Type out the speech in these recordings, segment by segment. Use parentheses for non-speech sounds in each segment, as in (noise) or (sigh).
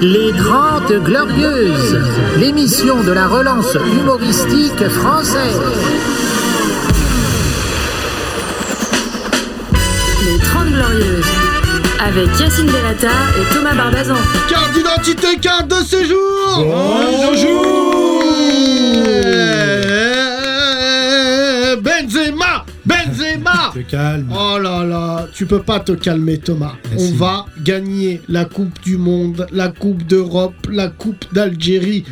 Les Grandes Glorieuses, l'émission de la relance humoristique française. Les 30 Glorieuses, avec Yacine Delata et Thomas Barbazan. Carte d'identité, carte de séjour Oh, Bonjour Euh, Benzema Benzema Te calme. Oh là là, tu peux pas te calmer Thomas. Merci. On va gagner la Coupe du Monde, la Coupe d'Europe, la Coupe d'Algérie.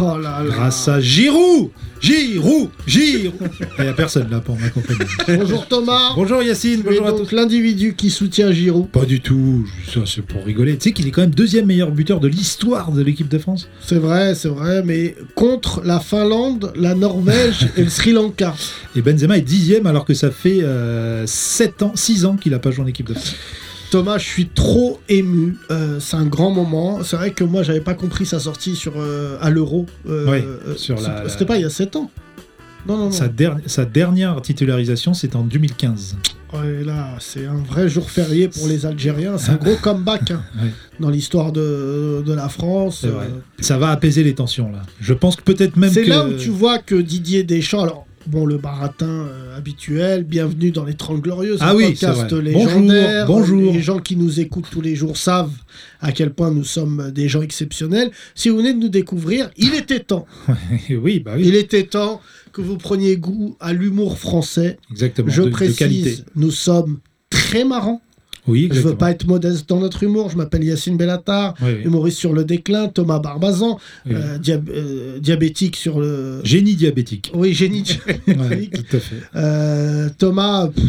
Oh là là. Grâce à Giroud Giroud Giroud Il n'y a personne là pour (laughs) m'accompagner. Bonjour Thomas. Bonjour Tu Yacine, es bonjour à donc tous. l'individu qui soutient Giroud. Pas du tout, ça c'est pour rigoler. Tu sais qu'il est quand même deuxième meilleur buteur de l'histoire de l'équipe de France C'est vrai, c'est vrai, mais contre la Finlande, la Norvège et le Sri Lanka. Et Benzema est dixième alors que ça fait 7 ans, 6 ans qu'il n'a pas joué en équipe de France. Thomas, je suis trop ému. Euh, c'est un grand moment. C'est vrai que moi, j'avais pas compris sa sortie sur euh, à l'Euro. Euh, Ouais, euh, sur c'est- la- C'était pas il y a 7 ans. Non, non, non. Sa, der- sa dernière titularisation c'est en 2015. Ouais, Oh, là, c'est un vrai jour férié pour les Algériens. C'est un gros comeback (laughs) hein, Ouais. dans l'histoire de, de la France. C'est vrai. Euh, Ça va apaiser les tensions là. Je pense que peut-être même C'est que... là où tu vois que Didier Deschamps. Alors, bon, le baratin euh, habituel, bienvenue dans les 30 Glorieuses, Ah un oui, podcast c'est vrai. légendaire. Bonjour, bonjour. Les gens qui nous écoutent tous les jours savent à quel point nous sommes des gens exceptionnels. Si vous venez de nous découvrir, il était temps. (laughs) oui, bah oui, Il était temps que vous preniez goût à l'humour français. exactement. Je de, de qualité. précise, nous sommes très marrants. Oui, Je exactement. veux pas être modeste dans notre humour. Je m'appelle Yacine Bellatar, Oui, oui. humoriste sur le déclin, Thomas Barbazan, Oui. euh, diab- euh, diabétique sur le. Génie diabétique. Oui, génie. (laughs) Ouais, tout à fait. Euh, Thomas, pff,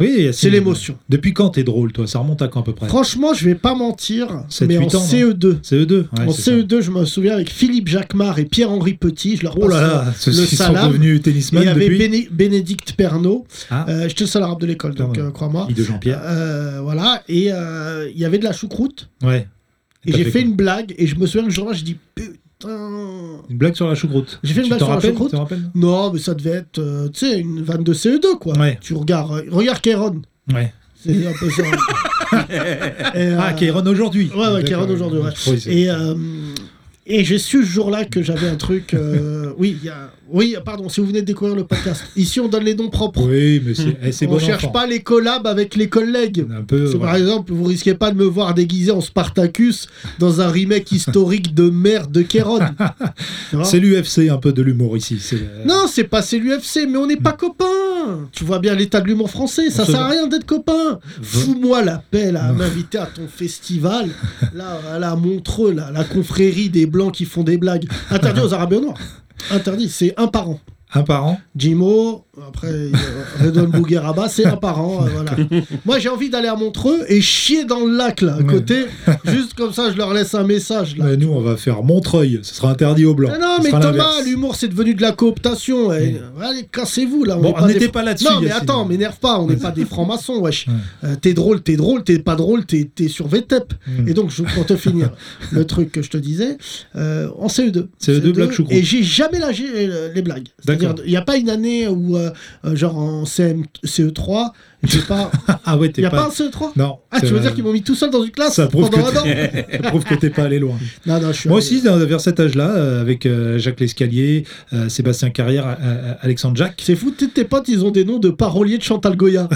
Oui, Yacine. c'est l'émotion. Depuis quand t'es drôle, toi Ça remonte à quand à peu près Franchement, je vais pas mentir, Sept, mais en huit ans, non CE2. CE2 ouais, en E c'est ça. CE2, je me souviens avec Philippe Jacquemart et Pierre-Henri Petit, je leur Oh là passe là, ceux Ah, le qui sont salam. devenus Et il tennisman y avait depuis. Béné- Bénédicte Pernaud. Ah. Euh, J'étais le seul arabe de l'école, donc Pardon. euh, crois-moi. Fille de Jean-Pierre. Euh, voilà, et euh, il y avait de la choucroute. Ouais. Ah. Et T'as j'ai fait quoi une blague, et je me souviens le jour-là, je dis putain. Une blague sur la choucroute. J'ai fait une Tu blague t'en sur la rappelles choucroute Tu t'en rappelles Non, mais ça devait être, euh, tu sais, une vanne de CE2, quoi. Ouais. Tu regardes, euh, regarde Kéron. Ouais. C'est un peu ça. (laughs) Et, euh, Ah, Kéron aujourd'hui. Ouais, ouais, D'accord. Kéron aujourd'hui, ouais. Je croyais que c'était- Et, euh, et j'ai su ce jour-là que j'avais un truc. (laughs) euh, oui, il y a... oui, pardon, si vous venez de découvrir le podcast. Ici, on donne les noms propres. Oui, mais c'est eh, c'est on bon cherche enfant. pas les collabs avec les collègues. Un peu. Parce que, Par voilà. exemple, vous risquez pas de me voir déguisé en Spartacus dans un remake historique de merde de (laughs) Kéron. Tu vois C'est l'UFC un peu de l'humour ici. c'est, euh, non, c'est pas c'est l'UFC, mais on n'est pas copains. Tu vois bien l'état de l'humour français, ça se sert à voit. rien d'être copains. Vo- Fous-moi la paix là, à m'inviter à ton festival, là, à la Montreux, là, la confrérie des blancs qui font des blagues. Interdit aux Arabes Noirs. Interdit, c'est un par an. Un par an. Jimo, après il y a Redon Bougueraba, c'est un par an. euh, voilà. Moi j'ai envie d'aller à Montreux et chier dans le lac là, à Ouais. côté. Juste comme ça, je leur laisse un message là. Mais Bah, nous, on va faire Montreuil. Ce sera interdit aux blancs. Ah non, Ce mais sera Thomas, l'inverse. l'humour c'est devenu de la cooptation. ouais. Allez, cassez-vous là. Bon, est on des n'était fr- pas là-dessus, Non, mais Yacine. attends, m'énerve pas, on n'est pas des francs-maçons, wesh. Ouais. Euh, t'es drôle, t'es drôle, t'es pas drôle, t'es, t'es sur VTEP. Mm. Et donc, je, pour te finir, (laughs) le truc que je te disais, euh, en CE2. CE2, blague E choucroute. Et j'ai jamais lâché euh, les blagues. C'est-à-dire, D'accord. il n'y a pas une année où, euh, euh, genre en CM, CE3, E j'ai pas. (laughs) Ah Il ouais, n'y (laughs) t'es a pas un pas. CE3 Non. Ah, tu c'est- veux dire qu'ils m'ont mis tout seul dans une classe Ça prouve pendant un an que t'es- (laughs) ça prouve que t'es pas allé loin. Non, non, je suis Moi allé- aussi, dans- vers cet âge-là, euh, avec euh, Jacques Lescalier, euh, Sébastien Carrière, euh, euh, Alexandre Jacques. C'est fou, tous tes potes, ils ont des noms de paroliers de Chantal Goya.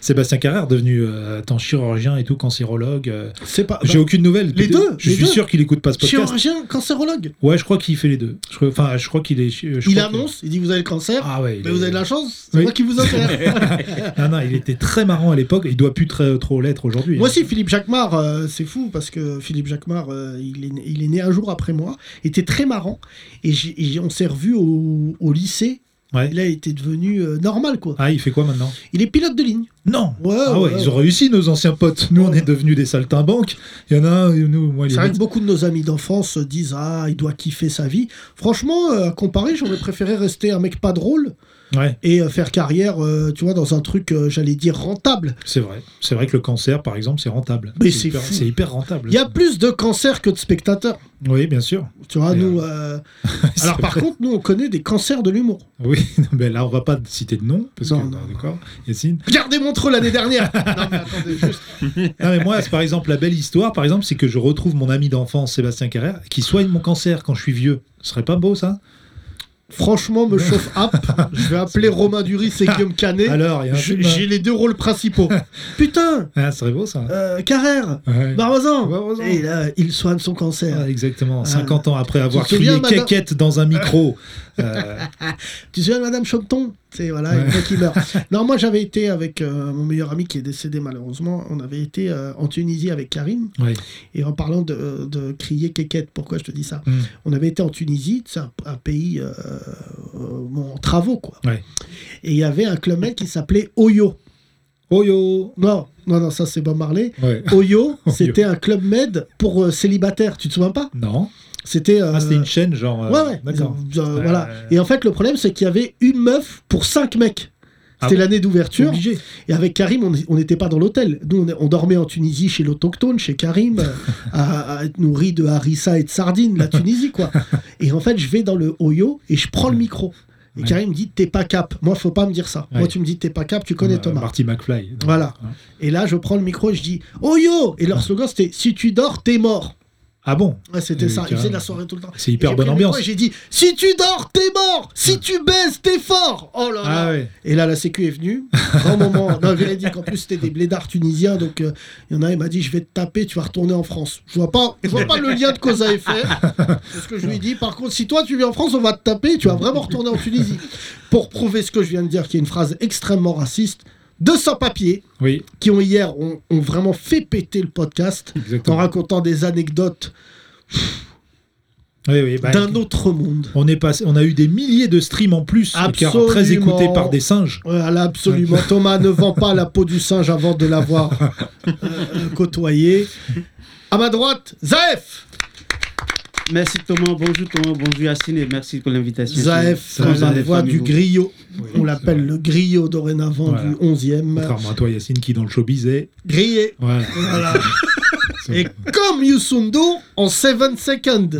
Sébastien Carrière, devenu euh, tant chirurgien et tout, cancérologue. euh, C'est pas. J'ai aucune nouvelle. les Peut-être- deux, Je les suis deux. sûr qu'il écoute pas ce podcast. Chirurgien, cancérologue. Ouais, je crois qu'il fait les deux. Je- Enfin, je crois qu'il est. je il crois annonce, il dit vous avez le que- cancer. Ah ouais. il mais est- vous avez de la chance, c'est Oui. moi qui vous (laughs) intéresse. Non, non, il était très marrant à l'époque. Il doit plus très, trop l'être aujourd'hui. moi hein. aussi, Philippe Jacquemart, euh, c'est fou parce que Philippe Jacquemart, euh, il, est, né- il est né un jour après moi, il était très marrant et, j'ai- et on s'est revu au, au lycée. Ouais. Et Là, il était devenu euh, normal quoi. Ah, il fait quoi maintenant Il est pilote de ligne. Non Ouais, Ah ouais, ouais, ils ont réussi, nos anciens potes. Nous, on est devenus des saltimbanques. Il y en a un, nous, moi, C'est les vrai que beaucoup de nos amis d'enfance euh, disent ah il doit kiffer sa vie. Franchement, euh, à comparer, j'aurais préféré rester un mec pas drôle Ouais, et euh, faire carrière, euh, tu vois, dans un truc, euh, j'allais dire, rentable. c'est vrai. C'est vrai que le cancer, par exemple, c'est rentable. Mais c'est hyper, fou. c'est hyper rentable. Il y a plus de cancers que de spectateurs. Oui, bien sûr. Tu vois, Et, nous. (laughs) euh, C'est Alors, par vrai. contre, nous, on connaît des cancers de l'humour. Oui, (laughs) non, mais là, on va pas citer de nom, parce Non, que. non, D'accord, Yacine. Regardez Montreux l'année (laughs) dernière Non, mais attendez, juste. Non, mais moi, c'est par exemple, la belle histoire, par exemple, c'est que je retrouve mon ami d'enfance, Sébastien Carrère, qui soigne mon cancer quand je suis vieux. Ce serait pas beau, ça Franchement, me chauffe app. Je vais appeler Romain Duris et Guillaume Canet. Alors, il y a un Je- film, hein. J'ai les deux rôles (laughs) principaux. Putain Ah, ce serait beau, ça. euh, Carrère Ouais. Barbazan Barbazan. Et là, il soigne son cancer. Ah, exactement, Ah. 50 ans après avoir te souviens, crié madame quéquette dans un micro. Euh, Tu te souviens de Madame Chopton C'est voilà, Ouais. le mec qui (laughs) meurt. Non, moi j'avais été avec euh, mon meilleur ami qui est décédé malheureusement. On avait été euh, en Tunisie avec Karim. ouais. Et en parlant de, de crier kékette, pourquoi je te dis ça Mm. On avait été en Tunisie, c'est un, un pays euh, euh, bon, en travaux quoi. Ouais. Et il y avait un club qui s'appelait Oyo. Oh yo Non, non, non, ça c'est Bob Marley. (laughs) Ouais. (laughs) Oyo, c'était un club med pour euh, célibataires, tu te souviens pas Non. C'était. euh, Ah, c'était une chaîne, genre. euh, Ouais, ouais. D'accord. Ils ont- euh, voilà. Euh, Et en fait, le problème, c'est qu'il y avait une meuf pour cinq mecs. Ah C'était bon l'année d'ouverture. Obligé. Et avec Karim, on- on n'était pas dans l'hôtel. Nous, on, on dormait en Tunisie chez l'autochtone, chez (laughs) Karim, euh, à, à être nourri de harissa et de sardines, la Tunisie, quoi. Et en fait, je vais dans le Hoyo et je prends le micro. Et Ouais. Karim me dit T'es pas cap. Moi, faut pas me dire ça. Ouais. Moi, tu me dis T'es pas cap, tu connais Comme, euh, Thomas. Marty McFly. Non. Voilà. Et là, je prends le micro et je dis Oyo Et leur slogan, c'était Si tu dors, t'es mort. Ah bon Ouais, c'était Et ça. Ils carrément. faisaient de la soirée tout le temps. C'est hyper Et j'ai bonne pris le micro ambiance. et J'ai dit Si tu dors, t'es mort. Si tu baises, t'es fort. Oh là là. Ah ouais. Et là, la Sécu est venue. Grand moment. Non, véridique. En plus, c'était des blédards tunisiens. Donc, euh, il y en a, il m'a dit Je vais te taper, tu vas retourner en France. Je vois pas, je vois pas le lien de cause à effet. C'est ce que je lui ai dit. Par contre, si toi, tu viens en France, on va te taper et tu vas vraiment retourner en Tunisie. Pour prouver ce que je viens de dire, qui est une phrase extrêmement raciste, de sans-papiers Oui, qui ont hier ont, ont vraiment fait péter le podcast en exactement. racontant des anecdotes Oui, oui, bah, d'un autre monde. on, est passé, on a eu des milliers de streams en plus, car Absolument. très écoutés par des singes. Voilà, absolument. Thomas ne vend pas la peau du singe avant de l'avoir euh, euh, côtoyé. À ma droite, Zaef Merci Thomas, bonjour Thomas, bonjour Yacine et merci pour l'invitation. Zaef, Ça vous dans la allez voix parmi du vous. griot. On c'est l'appelle vrai. le griot dorénavant Voilà. du 11e. Contrairement à toi, Yacine, qui dans le showbiz est. Grillé. Voilà. Voilà. (laughs) Et comme Yusundo, en 7 seconds.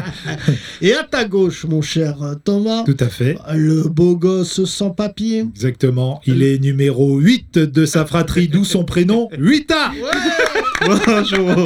(laughs) Et à ta gauche, mon cher Thomas, Tout à fait. le beau gosse sans papier. Exactement. Il est numéro 8 de sa fratrie, d'où son prénom, 8A. (laughs) Bonjour.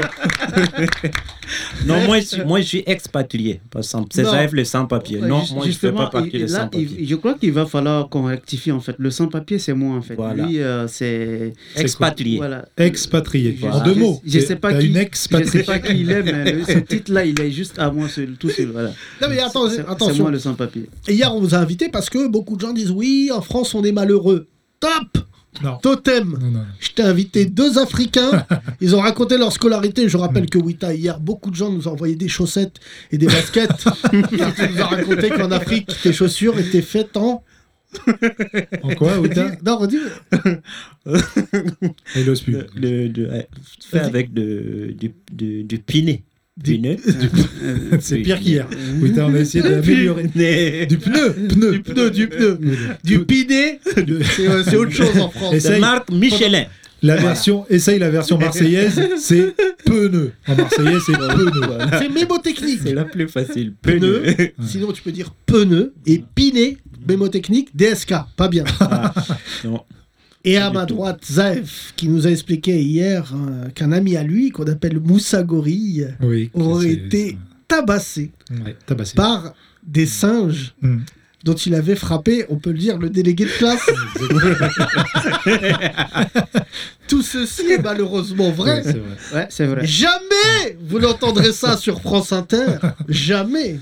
Non, moi je, suis, moi, je suis expatrié. par exemple. C'est Non. ça, le sans-papier. Non, Ju- moi, je ne fais pas justement, partie il- des là, sans-papiers. il- Je crois qu'il va falloir qu'on rectifie en fait. Le sans-papier, c'est moi en fait. Voilà. Lui, euh, c'est. quoi Expatrié. Voilà. Expatrié. Voilà. En deux mots. Je sais pas T'as qui- une Je sais expatriée. pas qui il est, mais le- ce titre-là, il est juste à moi seul, tout seul. Voilà. Non mais attends, C'est- C'est attention. moi le sans-papier. Et hier, on vous a invité parce que beaucoup de gens disent oui, en France, on est malheureux. Top Non. Totem Non, non, non. Je t'ai invité deux Africains. Ils ont raconté leur scolarité. Je rappelle que Wita, hier, beaucoup de gens nous ont envoyé des chaussettes et des baskets. et tu nous as raconté qu'en Afrique, tes chaussures étaient faites en. En quoi, (laughs) Outa Redis- Non, redis. Et l'os pub. De- de- de- euh, fait avec de, du, du, du pinet. Pinet. Euh, C'est pire qu'hier. Outa, on a essayé de l'améliorer. Pinet. Du pneu. Pneu. Du pneu, du pneu. Du pinet. C'est euh, c'est autre chose en France. De Essaye. marque Michelin. La version, essaye la version marseillaise, c'est pneu. En marseillais, c'est pneu. C'est mémotechnique. C'est la plus facile. Pneu. Pinet. (laughs) Sinon, tu peux dire pneu et piné, mémotechnique, DSK. Pas bien. Ah, non. Et à ma droite, Zaef, qui nous a expliqué hier euh, qu'un ami à lui, qu'on appelle Moussa Gorille, Oui. aurait c'est- été tabassé Ouais, tabassé. par des singes Mm. dont il avait frappé, on peut le dire, le délégué de (laughs) classe. Tout ceci est malheureusement vrai. Ouais, c'est vrai. Ouais, c'est vrai. Jamais vous n'entendrez ça sur France Inter. Jamais.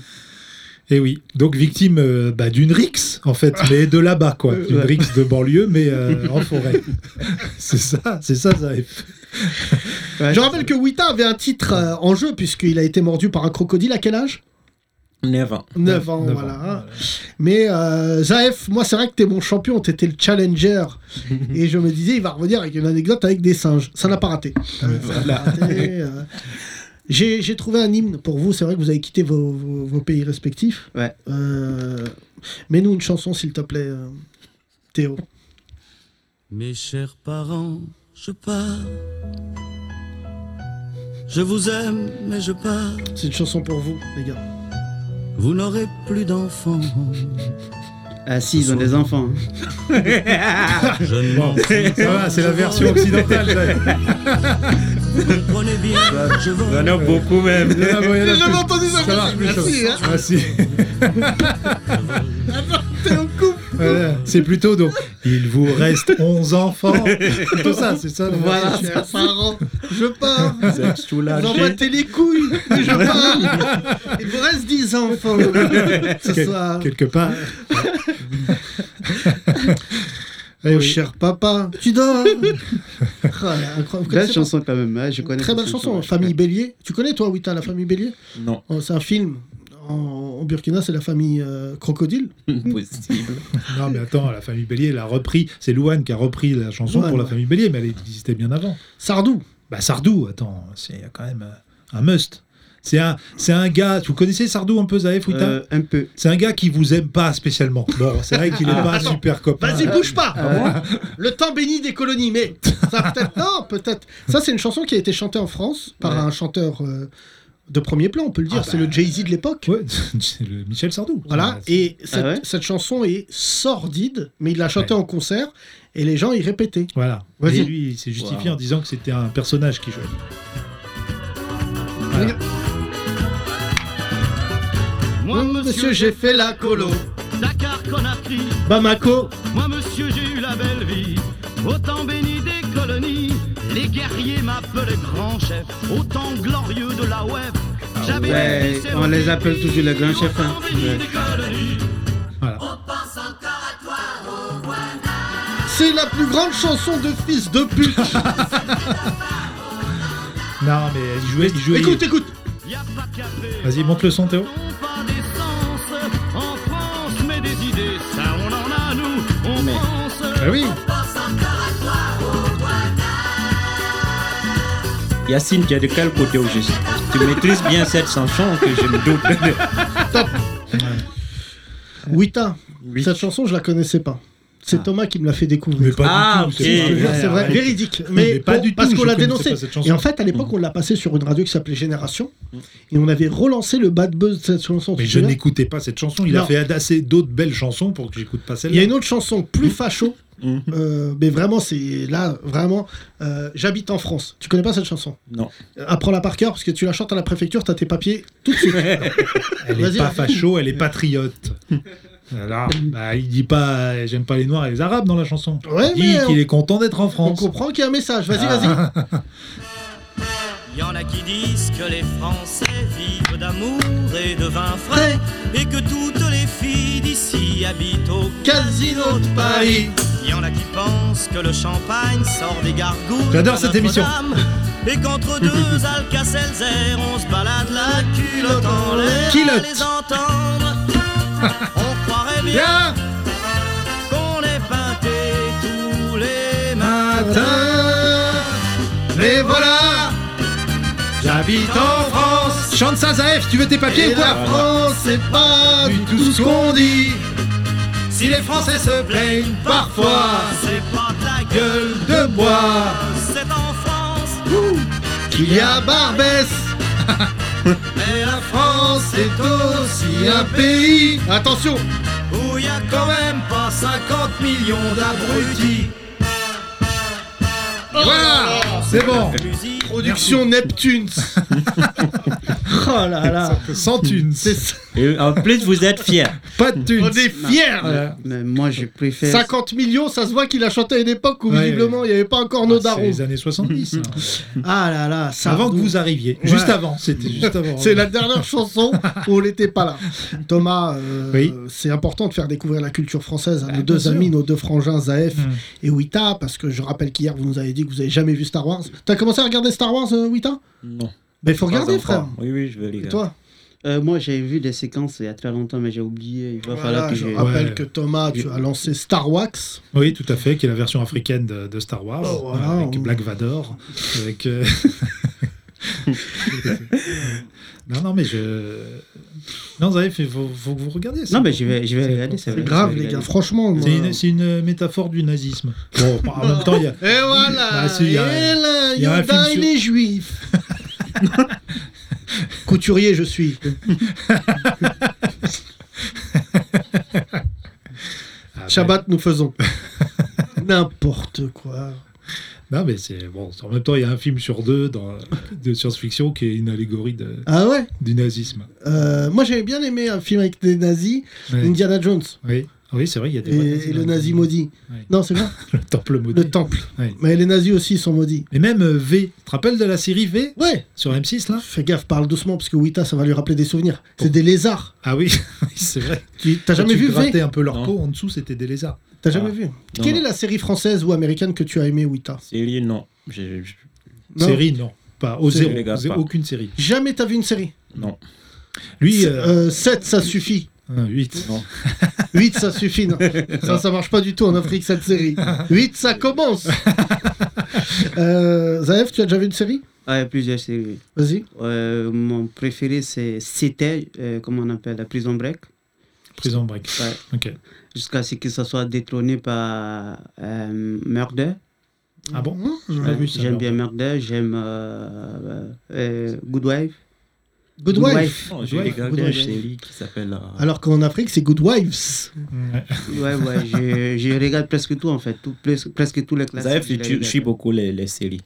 Et Eh oui, donc victime euh, bah, d'une rixe, (laughs) en fait, mais de là-bas, quoi. Euh, Une ouais. rixe de banlieue, mais euh, en forêt. (laughs) c'est ça, c'est ça, ça. (laughs) Ouais, Je rappelle que Wita avait un titre euh, en jeu puisqu'il a été mordu par un crocodile à quel âge Neuf ans. 9 ans, Neuf voilà. ans, hein. Mais euh, Zaef, moi c'est vrai que t'es mon champion, t'étais le (laughs) challenger. et je me disais, il va revenir avec une anecdote avec des singes. Ça n'a pas raté. Euh, ça n'a pas raté, euh. J'ai j'ai trouvé un hymne pour vous, c'est vrai que vous avez quitté vos, vos- vos pays respectifs. Ouais. Euh, Mets-nous une chanson, s'il te plaît, euh, Théo. Mes chers parents, je pars. Je vous aime, mais je pars. C'est une chanson pour vous, les gars. Vous n'aurez plus d'enfants. Ah si, ils ont des enfants. Je ne m'en fous Ça va, pas, c'est je la vais. version occidentale. ça. (laughs) Vous comprenez bien, je vais. Il y en a beaucoup même. Il y en a- il y en a J'ai jamais plus. entendu ça, marche plus, ça. merci, hein. Ah, (laughs) Ah, si. Théo, coupe (laughs) Voilà. C'est plutôt donc. Il vous reste 11 enfants. (laughs) Tout ça, c'est ça. la Voilà, version. chers parents, je pars. Tout là, Vous emboîtez les couilles, mais je pars. Il vous reste 10 enfants. Ce Quel- soir. (laughs) Quelque part. Eh Oh, oui. cher papa, tu dors. hein Ah, là, incroyable. Vous Belle connaissez chanson quand même, hein, je pas connais. Très cette belle chanson, ouais. Famille Bélier. Tu connais, toi, Wita, la famille Bélier Non, (laughs) Oh, C'est un film. En, en Burkina, c'est la famille euh, Crocodile. impossible. Non, mais attends, la famille Bélier l'a repris. C'est Louane qui a repris la chanson Louane, pour la ouais. famille Bélier, mais elle existait bien avant. Sardou. Bah Sardou, attends, c'est quand même euh, un must. C'est un, c'est un gars. Vous connaissez Sardou un peu, Zaef Wita Euh, un peu. C'est un gars qui vous aime pas spécialement. Bon, c'est vrai qu'il est pas attends, super copain. Ah. Ah, Euh, Vas-y, bouge pas Le temps béni des colonies, mais ça peut-être... Non, peut-être... Ça, c'est une chanson qui a été chantée en France par un chanteur euh, de premier plan, on peut le dire. Ah c'est bah. le Jay-Z de l'époque. Ouais, (laughs) c'est le Michel Sardou. Voilà, et cette, Ah ouais cette chanson est sordide, mais il l'a chantée en concert, et les gens y répétaient. Voilà. Vas-y. Et lui, il s'est justifié en Wow. disant que c'était un personnage qui jouait. Moi, monsieur, j'ai Hum, fait la colo. Dakar, Conakry. Bamako Moi, monsieur, j'ai eu la belle vie. Autant béni des colonies. Les guerriers m'appelaient grand chef. Autant glorieux de la web. J'avais Ah ouais, laissé on mon les appelle pays. toujours les grands chefs, hein. Autant béni Ouais. des colonies. C'est la plus grande chanson de fils de (laughs) pute Non, mais il jouait. Il jouait Écoute, écoute Y a pas qu'à faire. Vas-y, monte le son, Théo. Non pas d'essence, en France, mais des idées, ça on en a nous, on pense. Ah oui. Yacine, tu es de quel côté au juste Tu maîtrises bien cette chanson que je me doute. Wita, Oui. cette chanson, je la connaissais pas. C'est Thomas qui me l'a fait découvrir. Ah. Mais pas Ah, du tout. ok. c'est Je pas te jure, vrai. c'est vrai, Ouais, véridique. Mais, Mais pas bon, du tout, parce qu'on je l'a connaissais dénoncé. pas cette chanson. Et Mm. en fait, à l'époque, on l'a passé sur une radio qui s'appelait Génération. Et on avait relancé le bad buzz de cette chanson. tu Mais te je souviens n'écoutais pas cette chanson. Il Non. a fait assez d'autres belles chansons pour que j'écoute pas Il y celle-là. a une autre chanson plus facho. Mhm. euh, mais vraiment, c'est là, vraiment. euh, J'habite en France. Tu connais pas cette chanson Non. Euh, Apprends-la par cœur parce que tu la chantes à la préfecture, t'as tes papiers tout de suite. (laughs) Elle Vas-y, est pas raconte. facho, elle est patriote. (laughs) Alors, bah, il dit pas euh, j'aime pas les noirs et les arabes dans la chanson. Ouais, il mais dit on- qu'il est content d'être en On France. Ah. comprend qu'il y a un message. Vas-y, vas-y. Y en a qui disent que les Français vivent d'amour et de vin frais, et que toutes les filles d'ici habitent au Casino de Paris. Il y en a qui pensent que le champagne sort des gargouilles. J'adore de cette émission. Notre-Dame, Et qu'entre deux Alcacelser, on se balade la culotte en l'air. Culotte. À les (laughs) entendre, on croirait bien Bien, qu'on est peinté tous les matins. matin, les voilà. J'habite en France. Chante ça, Zaef, tu veux tes papiers Et ou quoi la France, c'est pas Vu du tout ce qu'on dit. Si les Français se plaignent parfois c'est pas de la gueule, gueule de bois, c'est en France. qu'il y a Barbès. Mais la France, France est aussi un pays. Attention, où y a quand même pas 50 millions d'abrutis. Oh. Voilà, c'est bon. Musique, production (laughs) Neptune. oh là là. Sans thunes, C'est ça, Et en plus, vous êtes fiers. pas de thunes. on est fiers. Voilà. Mais moi, je préfère. 50 millions, ça se voit qu'il a chanté à une époque où Ouais. visiblement il n'y avait pas encore nos Ah, C'est darons. les (laughs) années 70. hein. Ah là là, ça avant que vous arriviez. Ouais. Juste avant, c'était juste avant. hein. C'est la dernière chanson où on n'était pas là. Thomas, euh, Oui. c'est important de faire découvrir la culture française à Bah, nos bien deux sûr. amis, nos deux frangins Zaef Mm. et Wita, parce que je rappelle qu'hier vous nous avez dit que vous n'avez jamais vu Star Wars. T'as commencé à regarder Star Wars, euh, Wita Non. Mais faut regarder, Pas frère. encore. Oui, oui, je vais les Et gars. toi Euh, moi, j'ai vu des séquences il y a très longtemps, mais j'ai oublié. Il va falloir Voilà, que Je je. Ouais. rappelle que Thomas, tu as lancé Star Wax. Oui, tout à fait, qui est la version africaine de, de Star Wars, Oh, voilà, avec on- Black Vador, avec... euh, (laughs) Non, non, mais je. Non, Zaïf, il faut, faut que vous regardiez ça. Non, mais je vais, je vais regarder. ça va- C'est je vais grave, les regarder. gars, franchement. euh, moi- C'est une, c'est une métaphore du nazisme. Bon, (laughs) en même temps, il y a. Et voilà Bah, si, Et y a- là, y a un Yoda, film il sur- est juif (laughs) Couturier, je (laughs) suis. Ah, mais- Shabbat, nous (laughs) faisons. N'importe quoi. Non, mais c'est. Bon, en même temps, il y a un film sur deux dans... de science-fiction qui est une allégorie de- Ah ouais du nazisme. Euh, Moi, j'avais bien aimé un film avec des nazis, Ouais. Indiana Jones. Oui, oui c'est vrai, il y a des. Et, vrais nazis et dans le nazi film. maudit. Ouais. Non, c'est quoi Le temple maudit. Le temple. Ouais. Mais les nazis aussi sont maudits. Et même euh, V. Tu te rappelles de la série V Ouais sur M6 là Fais gaffe, parle doucement, parce que Wita, ça va lui rappeler des souvenirs. C'est des lézards. Ah oui, (laughs) c'est vrai. Tu- T'as jamais tu vu V grattais un peu leur Non. peau, en dessous c'était des lézards. T'as jamais Ah. vu Quelle non. est la série française ou américaine que tu as aimée, Wita Série, non. J'ai- j'ai- Non. Série, non. Pas au Série, zéro. les gars, zéro, pas. Aucune série. Jamais t'as vu une série Non. Lui, euh, 7, ça suffit. 8. 8, ça suffit. (laughs) Non. Ça, ça marche pas du tout en Afrique, cette série. 8, ça (laughs) commence. Euh, Zaev, tu as déjà vu une série Ouais, plusieurs séries. Vas-y. Euh, mon préféré, c'est c'était, euh, comment on appelle, la Prison Break. Prison Break. Ouais. Ok. Jusqu'à ce que ça soit détrôné par euh, Murder. Ah bon Mmh. pas vu ça, J'aime Murder. bien Murder, j'aime euh, euh, Good Wife. Good Good Wife. Wife. Non, Ouais, Oh, J'ai regardé faudrait- une série qui s'appelle. euh, Alors qu'en Afrique, c'est Good Wives. Ouais. (laughs) Ouais, ouais, je, je regarde presque tout en fait, tout, presque, presque tous les classiques. Zaef, je les tu regarde. suis beaucoup les, les séries.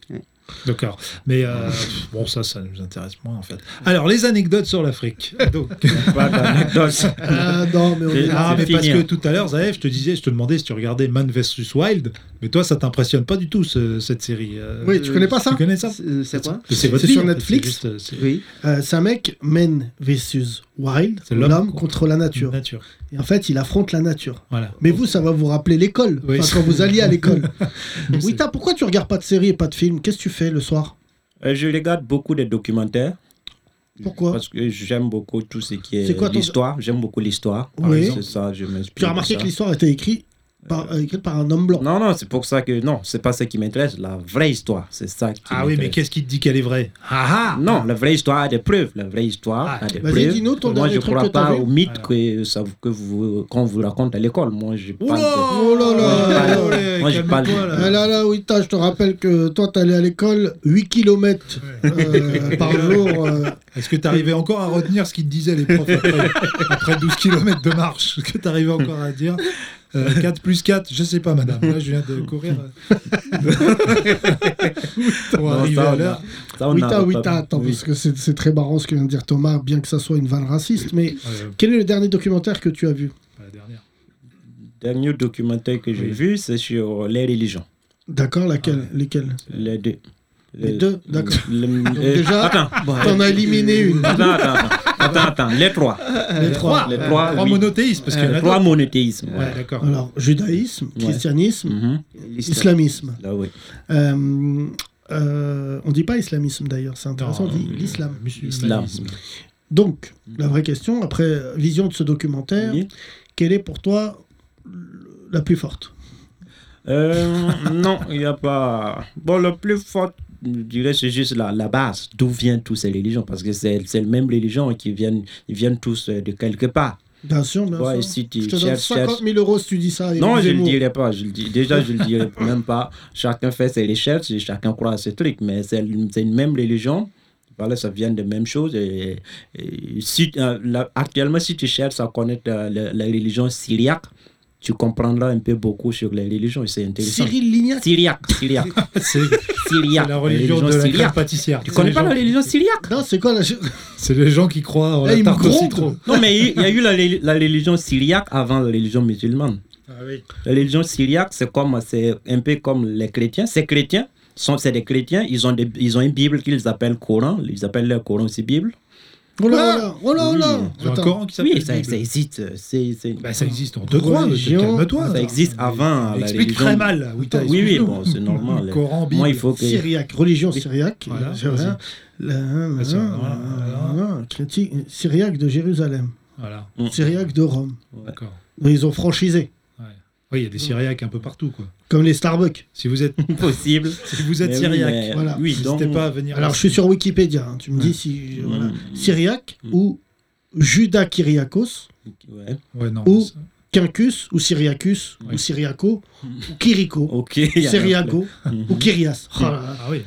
D'accord. Mais (laughs) euh, bon, ça, ça nous intéresse moins en fait. Alors, les anecdotes sur l'Afrique. Donc, Pas d'anecdote. Ah non, mais on est Et- là. ah, mais (laughs) c'est parce fini, que hein. tout à l'heure, Zaev, je te disais, je te demandais si tu regardais Man vs Wild, mais toi, ça t'impressionne pas du tout ce- cette série. euh, Oui, tu connais pas ça Tu connais ça C'est- C'est quoi C'est C'est votre sur vie, en fait, Netflix c'est juste, euh, C'est Oui. Euh, c'est un mec, Men versus Wild, C'est l'homme l'homme contre- contre la nature. nature. nature. Et en fait, il affronte la nature. Voilà. Mais vous, ça va vous rappeler l'école, Oui. Enfin, quand vous alliez à l'école. Wita, pourquoi tu regardes pas de série et pas de film Qu'est-ce que tu fais le soir Euh, Je regarde beaucoup de documentaires. Pourquoi Parce que j'aime beaucoup tout ce qui C'est est, quoi ton- l'histoire. J'aime beaucoup l'histoire. par Oui. exemple. C'est ça, je m'inspire Tu as de remarqué ça. que l'histoire était écrite par, euh, écrite par un homme blanc. Non, non, c'est pour ça que non, c'est pas ça qui m'intéresse. La vraie histoire, c'est ça qui Ah oui, mais m'intéresse. qu'est-ce qui te dit qu'elle est vraie Ah ah Non, la vraie histoire a des preuves. La vraie histoire Ah, a des vas-y, preuves. dis-nous ton Moi, dernier je ne truc crois que t'as pas vu. au mythe que, ça- que vous, qu'on vous raconte à l'école. Moi, je parle de- Oh là là Moi, Allez, je calme-toi, parle- là. Ah là là, Wita, je te rappelle que toi, t'allais à l'école 8 km par jour. euh, Est-ce que t'arrivais encore à retenir ce qu'ils te disaient les profs après, après 12 km de marche Est-ce que t'arrivais encore à dire euh, 4 plus 4, je sais pas madame, là je viens de courir euh, pour Non, ça, arriver on à a- l'heure. ça, on Wita, n'arrête Wita, pas. attends, Oui. parce que c'est c'est très marrant ce que vient de dire Thomas, bien que ça soit une vanne raciste, mais Euh, quel est le dernier documentaire que tu as vu pas la dernière. dernier documentaire que j'ai Oui. vu, c'est sur les religions. D'accord, laquelle Ah. Lesquels Les deux. Les deux, d'accord. le- Donc euh, déjà, attends, T'en as éliminé une. (laughs) attends, attends, attends, attends, attends, les trois. Les trois. Les trois, Trois oui. monothéistes, parce qu'il y en a Les trois d'autres. monothéismes. Ouais, d'accord. Alors, judaïsme, Ouais. christianisme, Mhm. L'histoire. islamisme. Là, oui. Euh, euh, on dit pas islamisme d'ailleurs, c'est intéressant, on dit euh, Non, l'islam. Islam. Musulmanisme. Donc, la vraie question, après euh, vision de ce documentaire, Oui. quelle est pour toi le- la plus forte Euh, non, il n'y a pas. Bon, le plus fort, je dirais, c'est juste la, la base. D'où viennent toutes ces religions Parce que c'est c'est les mêmes religions qui viennent, ils viennent tous euh, de quelque part. Bien sûr, bien Ouais, sûr. si tu Je te donne cherches, 50 cherches- 000 euros si tu dis ça. à Éric Non, je ne le Zemmour. dirais pas. Je le dis, déjà, je ne le dirais (laughs) même pas. Chacun fait ses recherches et chacun croit à ce truc. Mais c'est une c'est une même religion. Voilà, ça vient des mêmes choses. Et, et si, euh, là, actuellement, si tu cherches à connaître euh, la, la religion syriaque, tu comprendras un peu beaucoup sur les religions. et C'est intéressant. Cyril Lignac. Syriaque, (laughs) syriaque, C'est syriaque. c'est la religion de la crème pâtissière. Tu C'est connais les pas la gens- religion syriaque Non, c'est quoi la. C'est les gens qui croient Là, en Oh, la il me tarte au gronde. citron. Non, mais il y a eu la, la religion syriaque avant la religion musulmane. Ah La religion syriaque, c'est comme, c'est un peu comme les chrétiens. Ces chrétiens sont, c'est des chrétiens. Ils ont, des, ils ont une Bible qu'ils appellent Coran. Ils appellent leur Coran aussi Bible. Oh là Ah, là, oh là oh là Ils ont un Attends. Coran qui s'appelle Oui, ça, Bible. ça existe. euh, C'est, c'est- Bah, ça existe en deux croix, Religion. calme-toi. ça existe avant Ah, la Explique religion. très mal. Oui, t'as- Oui, oui, excuse-nous. bon, c'est normal. Coran, Bible. Moi, il faut que. Syriaque, religion syriaque. Voilà, C'est vrai. vas-y. La- la- Attends, la- voilà, la- la- critique- Syriaque de Jérusalem, Voilà, Mm. syriaque de Rome. d'accord. Ils ont franchisé. Ouais. Oui, il y a des Syriaques un peu partout, quoi. Comme les Starbucks. Si vous êtes, (laughs) Possible. si vous êtes Mais oui, Syriaque, mais- voilà. Oui, n'hésitez donc- pas à venir. Alors, je suis sur Wikipédia. hein, Tu me dis Mm. si. voilà. Syriaque ou Judas Kyriakos, Ouais. Ouais, non, Ou- ça- Quincus ou Syriacus ou Ouais. Syriaco (laughs) ou Kyrico, Ok. Mhm. il y a- (laughs) Syriaco ou Kyrias. Oh là là. Ah oui.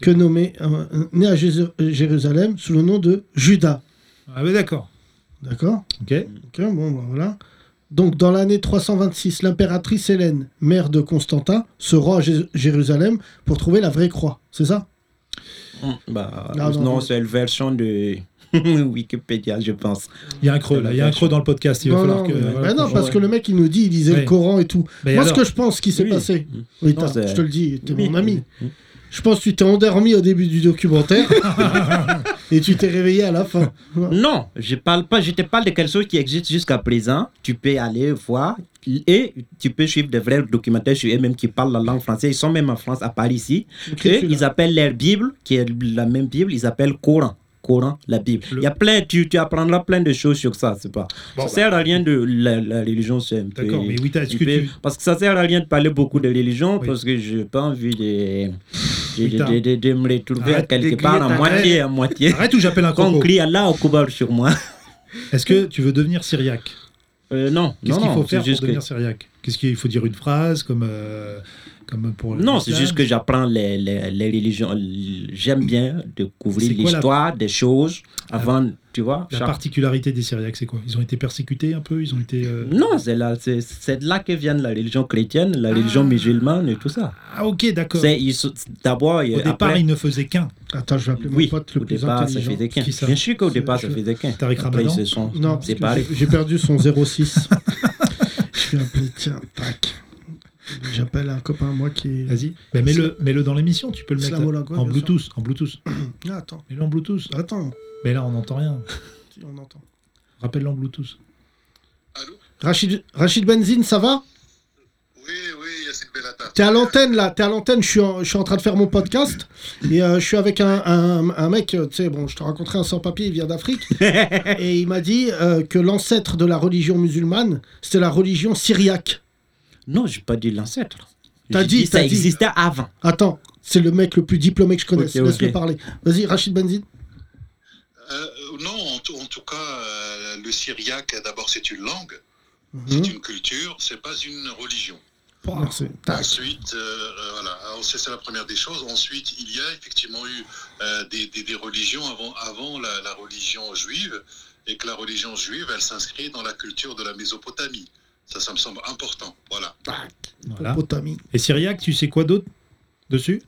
que nommé, euh, euh, né à Jésu- euh, Jérusalem sous le nom de Judas. Ah oui, d'accord. D'accord Ok. Ok, bon, bah, voilà. Donc, dans l'année 326, l'impératrice Hélène, mère de Constantin, se rend à Jé- Jérusalem pour trouver la vraie croix. C'est ça Bah, Non, non, non, non. c'est la version de (laughs) Wikipédia, je pense. Il y a un creux là. Il y a un creux dans le podcast. Il va Non, falloir non, que. mais- voilà, bah non, qu'on- parce que le mec, il nous dit, il lisait Ouais. le Coran et tout. Mais Moi, alors ce que je pense qui s'est Oui. passé, oui, Non, t'as- c'est- je te le dis, t'es Oui. mon ami. Je pense que tu t'es endormi au début du (laughs) documentaire et tu t'es réveillé à la fin. Non, je parle pas, je te parle de quelque chose qui existe jusqu'à présent. Tu peux aller voir et tu peux suivre des vrais documentaires sur eux-mêmes qui parlent la langue française. Ils sont même en France, à Paris ici. Écris Et celui-là. ils appellent leur Bible, qui est la même Bible, ils appellent Coran. Coran, la Bible. Le- Il y a plein, tu, tu apprendras plein de choses sur ça, c'est pas. Bon, bah. ça sert à rien de la, la religion, c'est un peu. D'accord, mais Wita, est-ce Tu que peux- tu. Parce que ça sert à rien de parler beaucoup de religion, Oui. parce que j'ai pas envie de, de, Putain. de- de- de me retrouver Arrête quelque d'écrire part à ta moitié, à moitié. (laughs) Arrête ou j'appelle un Qu'on coco. crie Allah au Kubar sur moi. (laughs) Est-ce que tu veux devenir syriaque Euh, non, Qu'est-ce non, qu'il non, faut c'est faire pour juste que... devenir syriaque Qu'est-ce qu'il faut dire une phrase comme euh, comme pour le- Non, c'est l'islam juste que j'apprends les, les, les religions. L- J'aime bien découvrir C'est quoi la- l'histoire des choses avant, tu vois. La chaque- particularité des syriaques, c'est quoi Ils ont été persécutés un peu Ils ont été euh, Non, c'est là, c'est- c'est de là que viennent la religion chrétienne, la religion musulmane et tout ça. Ah ok, d'accord. C'est ils sont- d'abord Au départ, après, ils ne faisaient qu'un. Attends, je vais appeler oui, mon pote au le plus départ, ça intelligent. faisait qu'un. Qui ça Bien sûr qu'au C'est- départ, ça je- faisait qu'un. Tariq Après, ils Ramadan se sont Non, parce que séparés. j'ai- j'ai perdu son (laughs) 06. je vais appeler, tiens, tac. J'appelle un copain, moi, qui est... Vas-y. Ben, mets-le, mets-le dans l'émission. Tu peux le mettre Islamologue, ouais, en bien Bluetooth, en Bluetooth. Ah, attends, Mets-le en Bluetooth. attends, Mais là, on n'entend rien. si, on entend. Rappelle-le en Bluetooth. Rachid, Rachid Benzine, ça va Oui, oui, Yacine Bellata. T'es à l'antenne, là, t'es à l'antenne, je suis, en, je suis en train de faire mon podcast, et euh, je suis avec un, un, un mec, euh, tu sais, bon, je te raconterai un sans-papier, il vient (laughs) d'Afrique, et il m'a dit euh, que l'ancêtre de la religion musulmane, c'était la religion syriaque. Non, j'ai pas dit l'ancêtre. T'as J'ai dit, ça t'as dit. existait avant. Attends, c'est le mec le plus diplômé que je connaisse, Ok, ok. laisse-le parler. Vas-y, Rachid Benzine. Euh, non, en, tout- en tout cas, euh, le syriaque, d'abord, c'est une langue, Mhm. c'est une culture, c'est pas une religion. Merci. Tac. Ensuite, euh, euh, voilà, alors, c'est c'est la première des choses. Ensuite, il y a effectivement eu euh, des, des- des religions avant, avant la, la religion juive, et que la religion juive, elle s'inscrit dans la culture de la Mésopotamie. Ça, ça me semble important. Voilà. Voilà. Potamie. Et syriaque, tu sais quoi d'autre dessus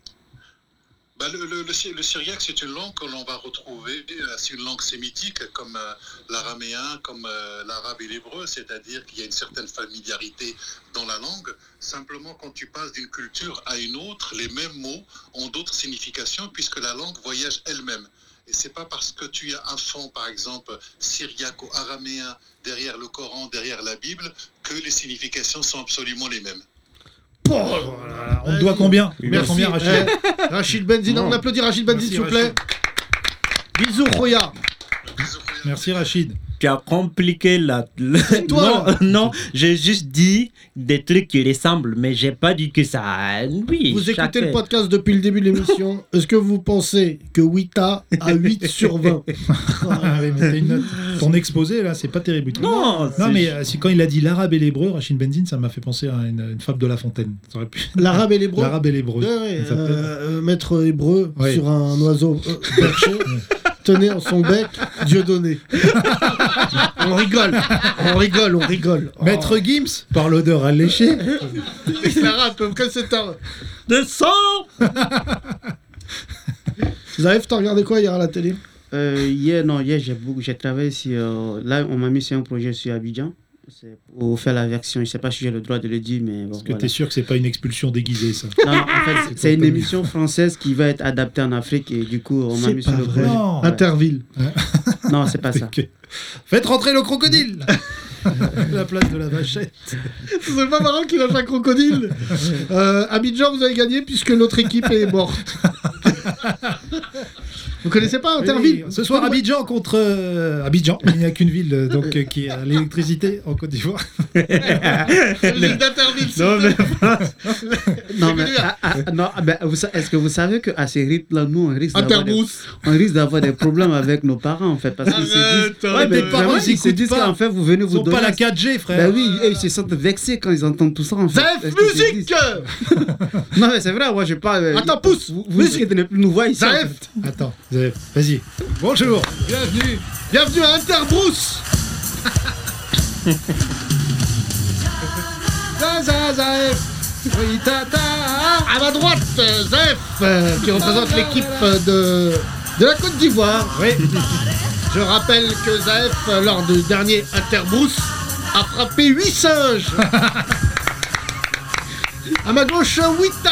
Bah, le, le- le sy- le syriaque, c'est une langue que l'on va retrouver, euh, c'est une langue sémitique comme euh, l'araméen, comme euh, l'arabe et l'hébreu, c'est-à-dire qu'il y a une certaine familiarité dans la langue. Simplement, quand tu passes d'une culture à une autre, les mêmes mots ont d'autres significations puisque la langue voyage elle-même. Et c'est pas parce que tu as un fond, par exemple, syriaco-araméen derrière le Coran, derrière la Bible, que les significations sont absolument les mêmes. Oh, Voilà. On te doit combien On te doit Oh, Merci. combien, Rachid Eh, Rachid Benzine, on applaudit Rachid Benzine, Merci, s'il vous plaît. Bisous, Roya. Merci Rachid. (laughs) Tu as compliqué la. la- toi, non, non, j'ai juste dit des trucs qui ressemblent, mais j'ai pas dit que ça. Oui. Vous écoutez chacun- le podcast depuis le début de (laughs) l'émission. Est-ce que vous pensez que Wita a 8 sur (laughs) 20 Ah oui, mais t'as une note. Ton exposé là, c'est pas terrible. du tout. Non, Non c'est- mais euh, si- quand il a dit l'arabe et l'hébreu, Rachid Benzine, ça m'a fait penser à une, une fable de La Fontaine. Ça aurait pu- L'arabe et l'hébreu L'arabe et Ouais, l'hébreu. ouais, Ça s'appelle- euh, euh, maître hébreu Ouais. sur un oiseau euh, perché tenait en son bec Dieu donné. on rigole, on rigole, on rigole. (laughs) Maître Gims, par l'odeur (laughs) alléchée. Oh, l'arabe, comme c'est un- De sang Vous arrivez, t'as regardé quoi hier à la télé Euh, hier, non, hier, j'ai beaucoup- j'ai travaillé sur. euh, là, on m'a mis sur un projet sur Abidjan. C'est pour faire la version. Je sais pas si j'ai le droit de le dire, mais bon. Parce que voilà. t'es sûr que c'est pas une expulsion déguisée ça Non, non, en fait, c'est une émission française qui va être adaptée en Afrique et du coup, on m'a C'est mis pas sur le vrai. projet. Non. Interville. Non, c'est pas ça. Que- Faites rentrer (laughs) le crocodile La place de la vachette. C'est pas marrant qu'il lâche (laughs) un crocodile. Euh, Abidjan, vous avez gagné puisque l'autre équipe est morte. Vous connaissez pas Interville Ce soir, Abidjan contre euh, Abidjan. Il n'y a qu'une ville euh, donc, euh, qui a l'électricité en Côte d'Ivoire. L'île d'Interville, c'est Non, mais, non, mais, venu à- ah, ah, non, ah, ben, vous sa- est-ce que vous savez qu'à ces rythmes-là, nous, on risque d'avoir des, Interbrousse. on risque d'avoir des problèmes avec nos parents, en fait, parce qu'ils se disent, Arrête, Ouais, mais tes parents, vraiment, ils ils se écoutent disent pas. qu'en fait, vous venez Ils vous n'ont pas donner... la 4G, frère. Bah Ben oui, et ils se sentent vexés quand ils entendent tout ça, en fait. Zef Est-ce qu'ils se Musique disent- Non, mais c'est vrai, moi, euh, je parle... Attends, pousse Vous, vous risquez de ne plus nous voir ici. en fait. Zef Attends, Zef, vas-y. Bonjour. Bienvenue. Bienvenue à (laughs) Interbrousse Za, za, Zaef Oui, ta, ta. À ma droite, euh, Zaef, euh, qui représente l'équipe euh, de, de la Côte d'Ivoire. Oui. Je rappelle que Zaef, euh, lors du dernier Interbrousse, a frappé 8 singes. À ma gauche, Wita,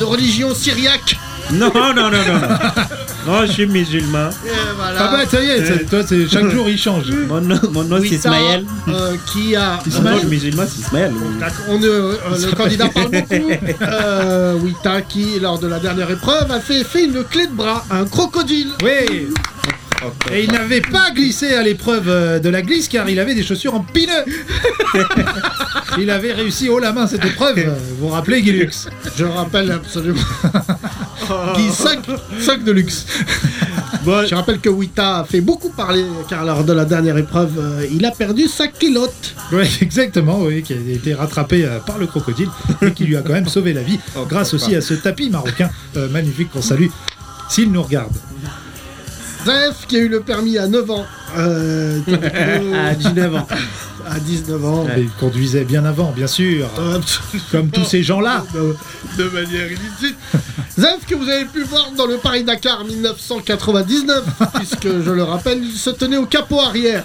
de religion syriaque. Non, non, non, non, non. Non, je suis musulman. Et voilà. Ah bah ça y est, c'est- toi, c'est chaque jour il change. Mon nom, mon nom c'est Wita, Ismaël. euh, qui a Mon nom de musulman, c'est Ismaël. D'accord, on, euh, euh, le candidat parle beaucoup. Euh, Wita qui, lors de la dernière épreuve, a fait, fait une clé de bras à un crocodile. Oui. Et il n'avait pas glissé à l'épreuve euh, de la glisse car il avait des chaussures en (laughs) pineux. il avait réussi haut la main cette épreuve. euh, Vous vous rappelez, Guilux Je rappelle absolument. Oh. Guy 5, de luxe. Je rappelle que Wita a fait beaucoup parler car lors de la dernière épreuve, euh, il a perdu sa culotte. Oui, exactement, oui, qui a été rattrapé euh, par le crocodile et qui lui a quand même sauvé la vie grâce aussi à ce tapis marocain euh, magnifique qu'on salue s'il nous regarde. Zef qui a eu le permis à 9 ans. euh, À 19 ans. à 19 ans. Et il conduisait bien avant, bien sûr, Euh, comme tous ces gens-là. de, de manière illicite. Zef que vous avez pu voir dans le Paris-Dakar (laughs) 1999, puisque je le rappelle, il se tenait au capot arrière.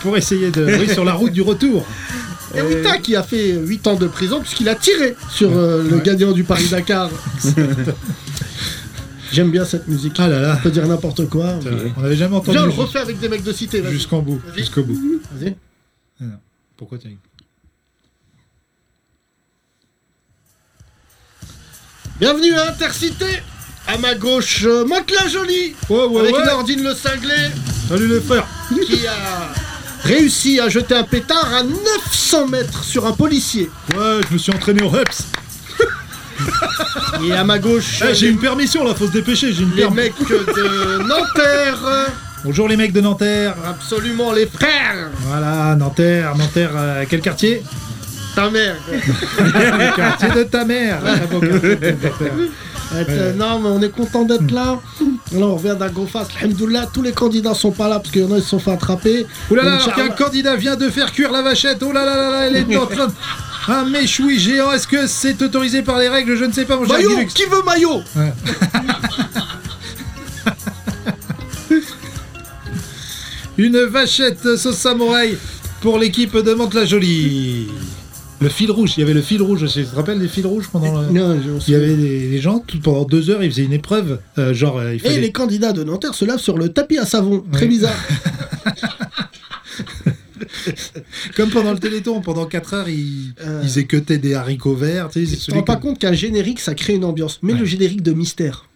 pour essayer de oui, sur la route du retour. Et Wita qui a fait 8 ans de prison puisqu'il a tiré sur euh, le gagnant du Paris-Dakar. (laughs) J'aime bien cette musique. Ah là là, On peut dire n'importe quoi. euh, on n'avait jamais entendu Viens, on le jus- refait avec des mecs de cité. vas-y. jusqu'en bout, Vas-y. jusqu'au bout. Ah Vas-y. Pourquoi t'as Bienvenue à Intercité. À ma gauche, euh, Monte la Jolie. Oh, Ouais, avec ouais. Nordine le cinglé. Salut les frères. qui a réussi à jeter un pétard à 900 mètres sur un policier. Ouais, je me suis entraîné au reps. Et à ma gauche, Eh, j'ai les, une permission là, faut se dépêcher, j'ai une les permission. mecs de Nanterre, Bonjour les mecs de Nanterre. absolument les frères, Voilà, Nanterre, Nanterre, euh, quel quartier ta mère. (laughs) Le quartier de ta mère. Ah, Très beau quartier de Nanterre. Euh, t'es- Non, mais on est content d'être là. Là, on revient d'un gros face. Alhamdoulilah, tous les candidats sont pas là parce qu'il y en a, ils se sont fait attraper. Ouh là là, Donc, alors qu'un Charles- candidat vient de faire cuire la vachette. Oh là là là là, elle est en train de... Un méchoui géant, est-ce que c'est autorisé par les règles Je ne sais pas, mon cher Maillot Guilux. Qui veut maillot Une vachette sauce samouraï pour l'équipe de Mantes-la-Jolie. Le fil rouge, il y avait le fil rouge aussi. Tu te rappelles des fils rouges pendant le... Non, je- on se- Il y avait des, des gens, tout, pendant deux heures, ils faisaient une épreuve. euh, genre, euh, il Et fallait... les candidats de Nanterre se lavent sur le tapis à savon. Très Ouais. bizarre. Comme pendant le Téléthon, pendant quatre heures, ils, Euh. ils équeutaient des haricots verts. Tu sais, Tu c'est te rends celui pas que- compte qu'un générique, ça crée une ambiance. Mais le générique de Mystère.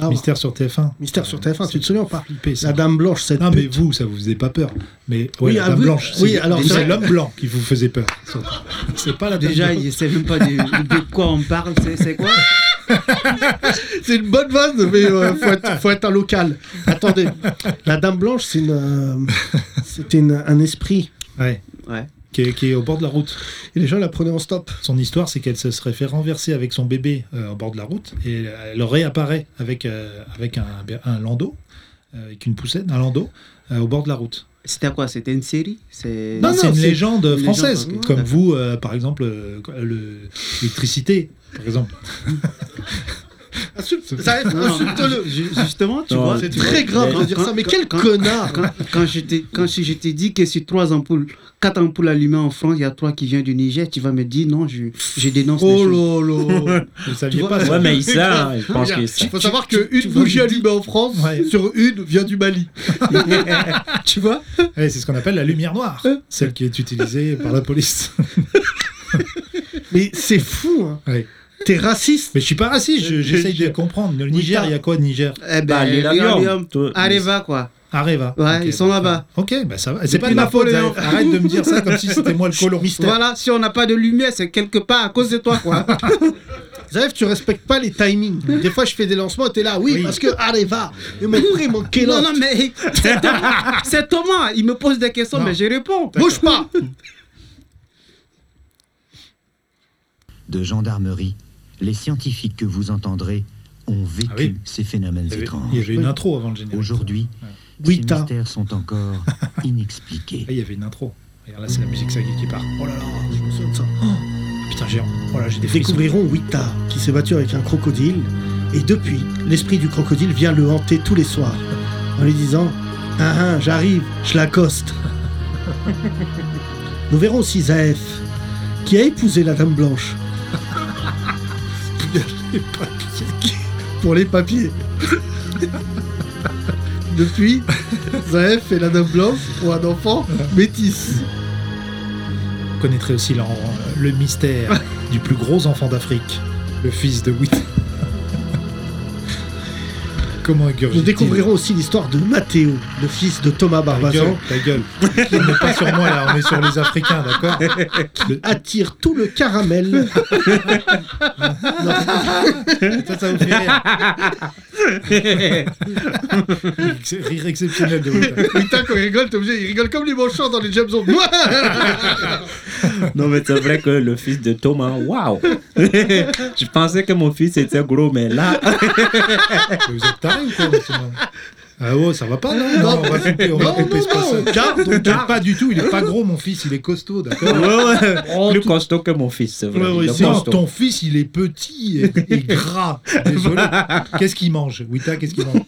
Ah ouais. Mystère sur TF1. Mystère sur TF1, tu te souviens ou pas Flippé, ça. La Dame Blanche, cette Non, mais pute. vous, ça vous faisait pas peur. Mais ouais, Oui, la ah, dame oui. blanche. Oui, c'est- alors, c'est c'est vrai- l'homme blanc qui vous (laughs) faisait peur. C'est pas la dame Déjà, blanche. il sait même pas de, de quoi on parle, c'est- c'est quoi C'est une bonne vanne, mais euh, faut, être, faut être un local. Attendez, la Dame Blanche, c'est une, euh, c'était une- un esprit. Ouais. Ouais. Qui est, qui est au bord de la route. Et les gens la prenaient en stop. Son histoire, c'est qu'elle se serait fait renverser avec son bébé euh, au bord de la route et elle réapparaît avec, euh, avec un, un landau, euh, avec une poussette, un landau, euh, au bord de la route. C'était quoi C'était une série C'est- Non, Non, c'est non, une c'est légende une française, légende, ok. comme D'accord. vous, euh, par exemple, euh, le- l'électricité, par (laughs) exemple. Ah, Insulte- Non, non, Insulte-le. ju- ju- Justement, tu Non, vois. C'est tu très vois, grave de quand- dire ça, mais quand- quel quand- connard Quand, quand je t'ai- quand je je t'ai dit que sur trois ampoules, quatre ampoules allumées en France, il y a trois qui viennent du Niger, tu vas me dire non, je, je dénonce Oh, les choses. là là Vous saviez vois, pas ça Ouais, mais ça, je pense que ça. Il faut savoir qu'une tu bougie vois, allumée en France, Ouais. sur une, vient du Mali. Tu vois Ouais, C'est ce qu'on appelle la lumière noire, celle qui est utilisée par la police. Mais c'est fou, hein. (laughs) Ouais. T'es raciste Mais je suis pas raciste, je- j'essaye de comprendre. Le Niger, il y a quoi de Niger Eh ben, Bah, les Lyon, Lyon. Lyon, Toi- Areva, quoi. Areva. Ouais, Ok, ils sont bah, là-bas. Ok, bah ça va. C'est pas de Depuis ma faute. Napoléon. Arrête arrête de me dire ça comme si c'était moi le colon. Voilà, si on n'a pas de lumière, c'est quelque part à cause de toi, (laughs) quoi. Zaev, tu respectes pas les timings. Des fois, je fais des lancements et t'es là, oui, parce que Areva, et mon prix, mon non, Kélan. non, mais c'est Thomas. c'est Thomas. Il me pose des questions, Non. mais je réponds. Bouge pas de gendarmerie, les scientifiques que vous entendrez ont vécu Ah oui. ces phénomènes Il y étranges. avait une intro avant le générique. Aujourd'hui, Oui, ces t'as. mystères sont encore inexpliqués. Là, il y avait une intro. Regarde, là, c'est la musique saga qui part. Oh là là, je me souviens de ça. Oh, putain, j'ai. Oh là, j'ai des frissons. Découvrirons Wita, qui s'est battu avec un crocodile, et depuis, l'esprit du crocodile vient le hanter tous les soirs, en lui disant « Ah ah, j'arrive, je (laughs) l'accoste ». Nous verrons aussi Zaef, qui a épousé la Dame (laughs) Blanche. Pour les papiers. (laughs) depuis, Zaef et la Dame Blanche ont un enfant métis. Vous connaîtrez aussi leur- euh, le mystère du plus gros enfant d'Afrique, le fils de Wit. (laughs) Comment ingurgiter Nous découvrirons aussi l'histoire de Mathéo, le fils de Thomas Ta gueule, Barbazan, Ah, ta gueule. On n'est pas sur moi là, on est sur les Africains, d'accord attire tout le caramel. Ça, ça vous fait (laughs) rire. (laughs) Ben, Rire exceptionnel de Wita. (laughs) Putain, quand il rigole, t'es obligé, il rigole comme les manchants dans les James Bond. Non, mais c'est vrai que le fils de Thomas, waouh (laughs) Je pensais que mon fils était gros, mais (laughs) là, Mais Vous êtes tarés ou quoi monsieur Mam Ah ouais, ça va pas là Non, on va couper, on va Non, couper non, ce passage. non, garde, on garde. Pas du tout, il est pas gros mon fils, il est costaud, (laughs) d'accord plus costaud que mon fils, c'est vrai. Oh, Ouais, ouais, Il est c'est- non, costaud. ton fils, il est petit et, (laughs) et gras. Désolé. Qu'est-ce qu'il mange Wita, qu'est-ce qu'il mange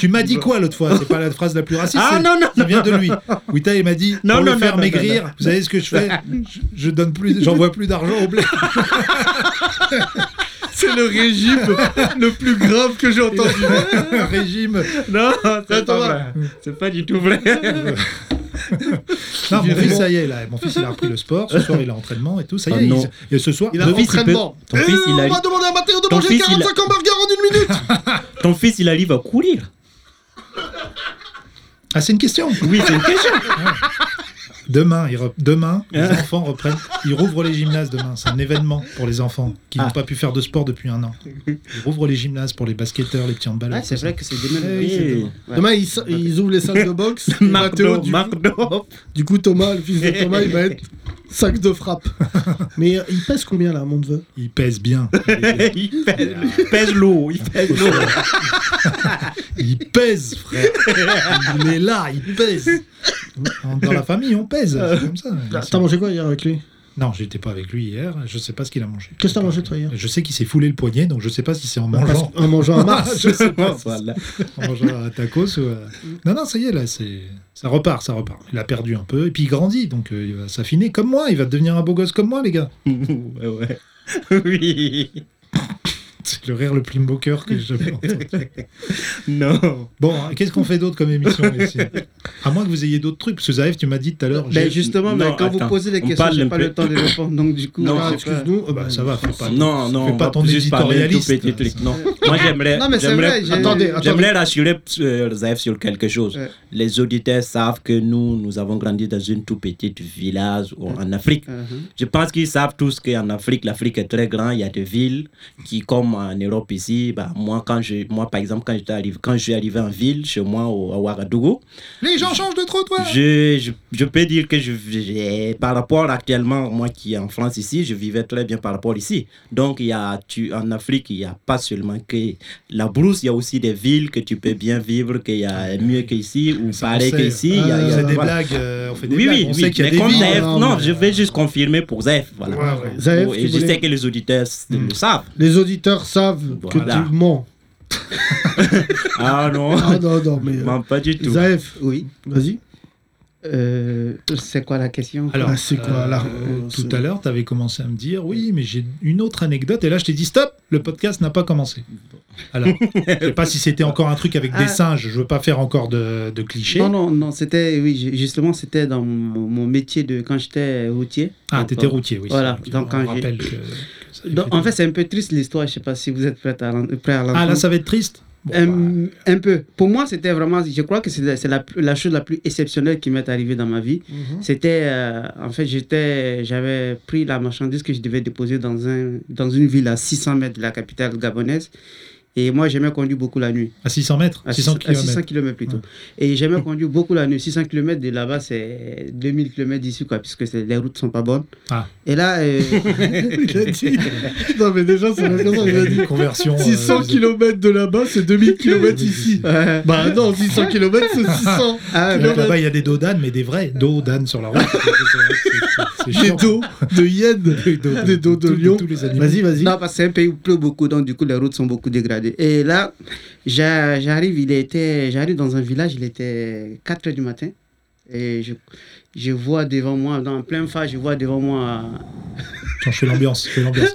Tu m'as dit quoi l'autre fois C'est pas la phrase la plus raciste. Ah, c'est- non, non, Ça vient de lui. Wita, il m'a dit Non, pour non, le non, faire non, maigrir, non, vous savez ce que je fais je, je donne plus, j'envoie plus d'argent au blé. C'est le régime le plus grave que j'ai (laughs) entendu. Régime. Non, Thomas. c'est pas vrai. C'est pas du (laughs) tout vrai. Non, mon Évidemment. fils, ça y est, là. Mon fils, il a repris le sport. Ce soir, il a entraînement et tout. Ça y est, Ah, il- non. et ce soir, Il a Ton fils, il peut- entraînement. Eh, ton fils, il on a- va demander à Mathéo de Ton manger fils, il a- 45 hamburgers en une minute. Ton fils, il arrive à courir. Ah, c'est une question. Oui, c'est une question. Demain, ils rep- demain Hein les enfants reprennent. Ils rouvrent les gymnases demain. C'est un événement pour les enfants qui n'ont Ah. pas pu faire de sport depuis un an. Ils rouvrent les gymnases pour les basketteurs, les petits handballeurs. Ouais, c'est vrai que c'est demain. Eh oui, c'est Ouais. (laughs) demain. Demain, ils, ils ouvrent les salles de (laughs) boxe. et Matteo, Mardo, du, Mardo. du coup, Thomas, le fils de Thomas, il va être sac de (laughs) frappe. Mais euh, il pèse combien là, mon neveu Ils pèsent bien. (laughs) Il pèse, il pèse l'eau, il pèse l'eau. Ils pèsent, frère. Il est là, il pèse. Dans la famille, on pèse. Euh, C'est comme ça. T'as mangé quoi hier avec lui Non, j'étais pas avec lui hier. Je sais pas ce qu'il a mangé. Qu'est-ce que t'as mangé toi hier Je sais qu'il s'est foulé le poignet, donc je sais pas si c'est en Parce mangeant. que- En mangeant (laughs) un mars. (laughs) je sais pas. (laughs) Voilà. en mangeant un tacos. ou, euh, Non, non, ça y est, là, c'est... ça repart, ça repart. Il a perdu un peu, et puis il grandit, donc euh, il va s'affiner comme moi, il va devenir un beau gosse comme moi, les gars. Ouais, ouais. Oui. C'est le rire le plus beau cœur que j'ai jamais entendu. (laughs) Non. Bon, hein, qu'est-ce qu'on fait d'autre comme émission ici À moins que vous ayez d'autres trucs, parce que Zaev, tu m'as dit tout à l'heure... Ben j'ai- justement, mais Non, quand vous attends, posez des on questions, parle j'ai un pas peu. le temps de répondre. Donc du coup, Non, ah, c'est pas- Excuse-nous. Ah bah, ça va, fais pas, Non, non, fais on pas va ton juste parler de tout éditorialiste. petit truc. Non, moi j'aimerais. Non, mais c'est j'aimerais- vrai, j'ai- Attendez, attendez. J'aimerais rassurer euh, Zaev sur quelque chose. Ouais. Les auditeurs savent que nous, nous avons grandi dans une toute petite village au- en Afrique. Ah, hein. Je pense qu'ils savent tous qu'en Afrique, l'Afrique est très grande. Il y a des villes qui, comme en Europe ici, bah, moi, quand je, moi, par exemple, quand, j'étais arrivé, quand je suis arrivé en ville, chez moi, au, à Ouagadougou, Les gens changent de trottoir je, je, je peux dire que je, j'ai- par rapport actuellement, moi qui est en France ici, je vivais très bien par rapport ici. Donc, il y a, tu, en Afrique, il n'y a pas seulement que la brousse, il y a aussi des villes que tu peux bien vivre, qu'il y a mieux qu'ici, ou Ça, on pareil sait. qu'ici. il y a- Ah, il y a- c'est des voilà. blagues, euh, on fait des Oui, blagues, oui, on oui. sait qu'il y a mais des hein. comme villes. euh, Zaef, non, non, mais- je vais juste confirmer pour Zef. Voilà. Ouais, ouais. Zaev, Oh, tu et je voulais- sais que les auditeurs Hmm. le savent. les auditeurs savent Voilà. que tu mens. Ah (laughs) non, Ah non, non, mais. euh, Non, pas du tout. Zaef, Oui. vas-y. Euh, c'est quoi la question Alors, Ah, c'est quoi, là euh, Euh, Tout c'est- à l'heure, tu avais commencé à me dire oui, mais j'ai une autre anecdote. Et là, je t'ai dit stop, le podcast n'a pas commencé. Alors, (laughs) je sais pas si c'était encore un truc avec des Ah. singes. Je veux pas faire encore de, de clichés. Non, non, non, c'était, oui, ju- justement, c'était dans mon, mon métier de quand j'étais routier. Ah, Donc, t'étais euh, routier, oui. Voilà, c'est vrai. donc On quand j'ai- rappelle que Donc, en fait, c'est un peu triste l'histoire. Je sais pas si vous êtes prêt à l'en- prêt à l'entendre. ah là, ça va être triste. Bon, Euh, bah, un, un peu. Pour moi, c'était vraiment. Je crois que c'est la, c'est la- la chose la plus exceptionnelle qui m'est arrivée dans ma vie. C'était. euh, en fait, j'étais, j'avais pris la marchandise que je devais déposer dans, un, dans une ville à 600 mètres de la capitale gabonaise. Et moi, j'aimais conduire beaucoup la nuit. à 600 mètres, À 600 600 à 600 km. km plutôt. Et j'aimais conduire beaucoup la nuit. 600 km de là-bas, c'est 2000 km d'ici, quoi, puisque c'est- les routes sont pas bonnes. Ah. Et là. euh, Il a dit. (laughs) Non, mais déjà, c'est la raison, il a dit. Une (laughs) conversion. euh, 600 km de là-bas, c'est 2000 km ici. ouais. (laughs) Bah non, 600 km, c'est (laughs) 600. Ah, Donc là-bas, il y a des dodanes, mais des vrais dodanes sur la (laughs) route. C'est- c'est- c'est- c'est Des chiant. dos de Yen, des dos de Tous- lion. tous les animaux. Vas-y, vas-y. Non, parce que c'est un pays où il pleut beaucoup, donc du coup, les routes sont beaucoup dégradées. Et là, j'a- j'arrive, il était, j'arrive dans un village, il était 4 h du matin. Et je, je vois devant moi, dans en plein phare, je vois devant (laughs) moi. Attends, je fais l'ambiance. je fais l'ambiance.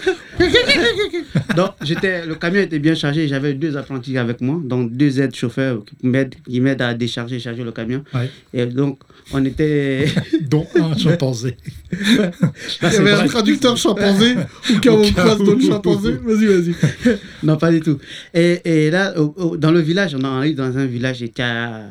Donc, j'étais, le camion était bien chargé, j'avais deux apprentis avec moi, donc deux aides chauffeurs qui m'aident, qui m'aident à décharger, charger le camion. Ouais. Et donc, on était. (laughs) Dont un chimpanzé. Il y avait un traducteur chimpanzé ou cas où on cas croise où. d'autres chimpanzés. Vas-y, vas-y. (laughs) Non, pas du tout. Et, et là, au- au- dans le village, on arrive dans un village, il y a un,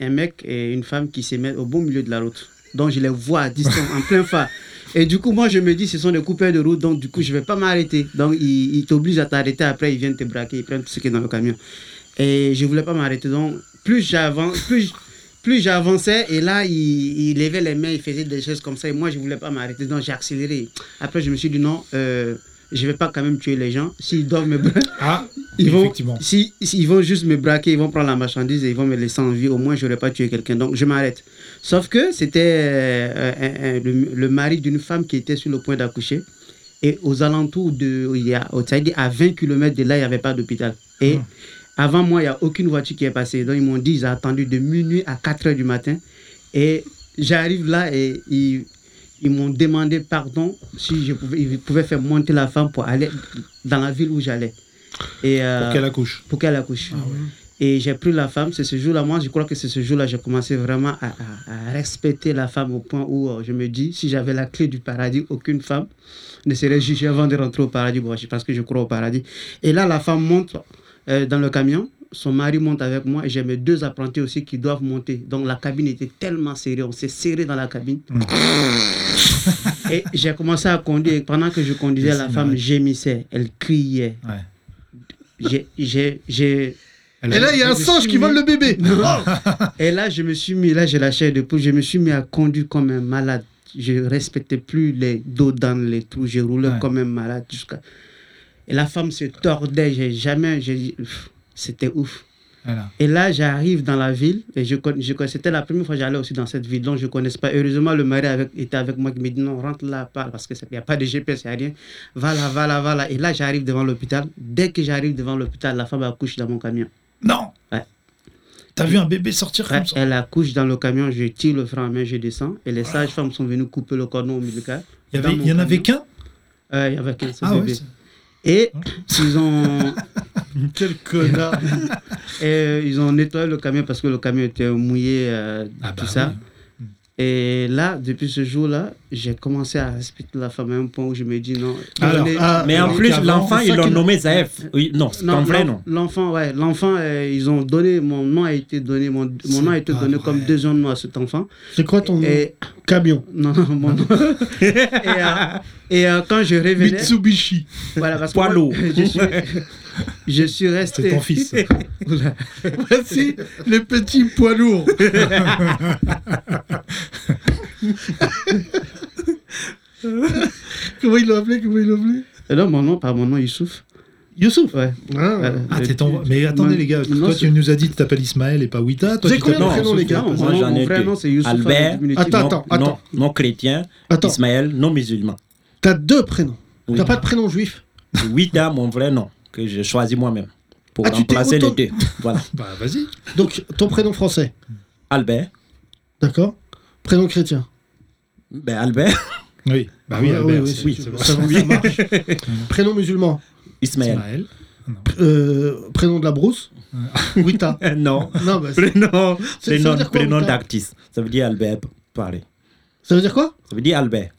un mec et une femme qui se mettent au bon milieu de la route. Donc, je les vois à distance, en plein phare. Et du coup, moi, je me dis, ce sont des coupeurs de route, donc du coup, je ne vais pas m'arrêter. Donc, ils, ils t'obligent à t'arrêter, après, ils viennent te braquer, ils prennent tout ce qui est dans le camion. Et je ne voulais pas m'arrêter. Donc, plus j'avance, plus, j- plus j'avançais, et là, il, il levait les mains, il faisait des choses comme ça, et moi, je ne voulais pas m'arrêter. Donc, j'ai accéléré. Après, je me suis dit, non, euh, je ne vais pas quand même tuer les gens. S'ils doivent me braquer. Ah, Ils vont, effectivement. si, si- ils vont juste me braquer, ils vont prendre la marchandise et ils vont me laisser en vie. Au moins, je n'aurais pas tué quelqu'un. Donc, je m'arrête. Sauf que c'était euh, un- un- le, le mari d'une femme qui était sur le point d'accoucher. Et aux alentours de. Il y a, au- ça veut dire à 20 km de là, il n'y avait pas d'hôpital. Et avant moi, il n'y a aucune voiture qui est passée. Donc, ils m'ont dit, ils ont attendu de minuit à 4 heures du matin. Et j'arrive là et ils, ils m'ont demandé pardon si je pouvais, ils pouvaient faire monter la femme pour aller dans la ville où j'allais. Et, euh, Pour qu'elle accouche. pour qu'elle accouche. Et j'ai pris la femme, c'est ce jour-là, moi je crois que c'est ce jour-là j'ai commencé vraiment à, à- à respecter la femme au point où euh, je me dis, si j'avais la clé du paradis, aucune femme ne serait jugée avant de rentrer au paradis, Bon, je- parce que je crois au paradis. Et là, la femme monte euh, dans le camion, son mari monte avec moi et j'ai mes deux apprentis aussi qui doivent monter. Donc la cabine était tellement serrée, on s'est serré dans la cabine. (laughs) et j'ai commencé à conduire et pendant que je conduisais, la femme gémissait, elle criait. Ouais. J'ai- j'ai- j'ai- Et là, il y a un singe qui vole le bébé. Et là, je me suis mis, là, j'ai la chair de poule, je me suis mis à conduire comme un malade. Je respectais plus les dos dans les trous, je roulais Ouais. comme un malade jusqu'à. Et la femme se tordait, j'ai jamais. j'ai- pff, C'était ouf. Voilà. Et là, j'arrive dans la ville et je, con- je con- c'était la première fois que j'allais aussi dans cette ville, donc je ne connaissais pas. Heureusement, le mari avec- était avec moi qui me dit non, rentre là, parle, parce qu'il n'y a pas de GPS, il n'y a rien. Va là, va là, va là. Et là, j'arrive devant l'hôpital. Dès que j'arrive devant l'hôpital, la femme accouche dans mon camion. Non Ouais. T'as vu un bébé sortir comme ça Ah. Elle accouche dans le camion, je tire le frein à main, je descends. Et les sages-femmes sont venues couper le cordon ombilical. Il y, avait- il y en avait qu'un Euh, Il y avait qu'un seul Ah ouais, bébé. c'est- Hein? et (laughs) ils ont. Quel connard. (laughs) Et euh, ils ont nettoyé le camion parce que le camion était mouillé, euh, Ah bah tout Hmm. ça. Et là, depuis ce jour-là, j'ai commencé à respecter la femme à un point où je me dis non. Alors, donnez- ah, Mais en donc plus, avant, l'enfant, c'est ils ça l'ont qui- nommé Zaef. Oui, non, c'est non, ton vrai non, nom. L'enfant, ouais, l'enfant, euh, ils ont donné, mon nom a été donné, mon, mon nom a été pas donné vrai. comme deuxième nom à cet enfant. C'est quoi ton Et camion non, non, mon nom. et euh, et, euh, quand je réveillais, Mitsubishi. voilà, parce que Poids moi, lourd. (laughs) je suis, je suis C'est resté. ton (laughs) fils. Voici les petits poids lourds. Comment ils l'ont appelé Comment ils l'ont appelé Et là, Euh, mon nom, pas mon nom, Youssouf. Youssouf. Ouais. Ah. ouais. Ah, t'es ton... Mais attendez, Non, les gars, non, toi, tu nous as dit que t'appelles Ismaël et pas Wita. Toi, Vous tu avez t'appelles- combien de prénoms, les gars Non, Moi, mon- j'en mon ai vrai deux. nom, c'est Youssouf avec Albert, diminutif. Attends, non, attends, non, attends. non chrétien, Attends, Ismaël, non musulman. t'as deux prénoms. Oui. T'as pas de prénom juif. Wita, mon vrai nom, que j'ai choisi moi-même pour Ah, tu t'es remplacer les auto- deux. Voilà. Bah, vas-y. Donc, ton prénom français. Albert, D'accord Prénom chrétien. ben Albert, Oui. Bah oui, Ouais, Albert, oui, c'est- oui, c'est c'est- bon. ça, ça marche. prénom musulman. Ismaël. Ismaël. Euh, prénom de la brousse. Wita. Non, Non, bah, c'est- (laughs) prénom, ça veut prénom, dire quoi, prénom Wita d'artiste. Ça veut dire Albert, pareil. ça veut dire quoi Ça veut dire Albert.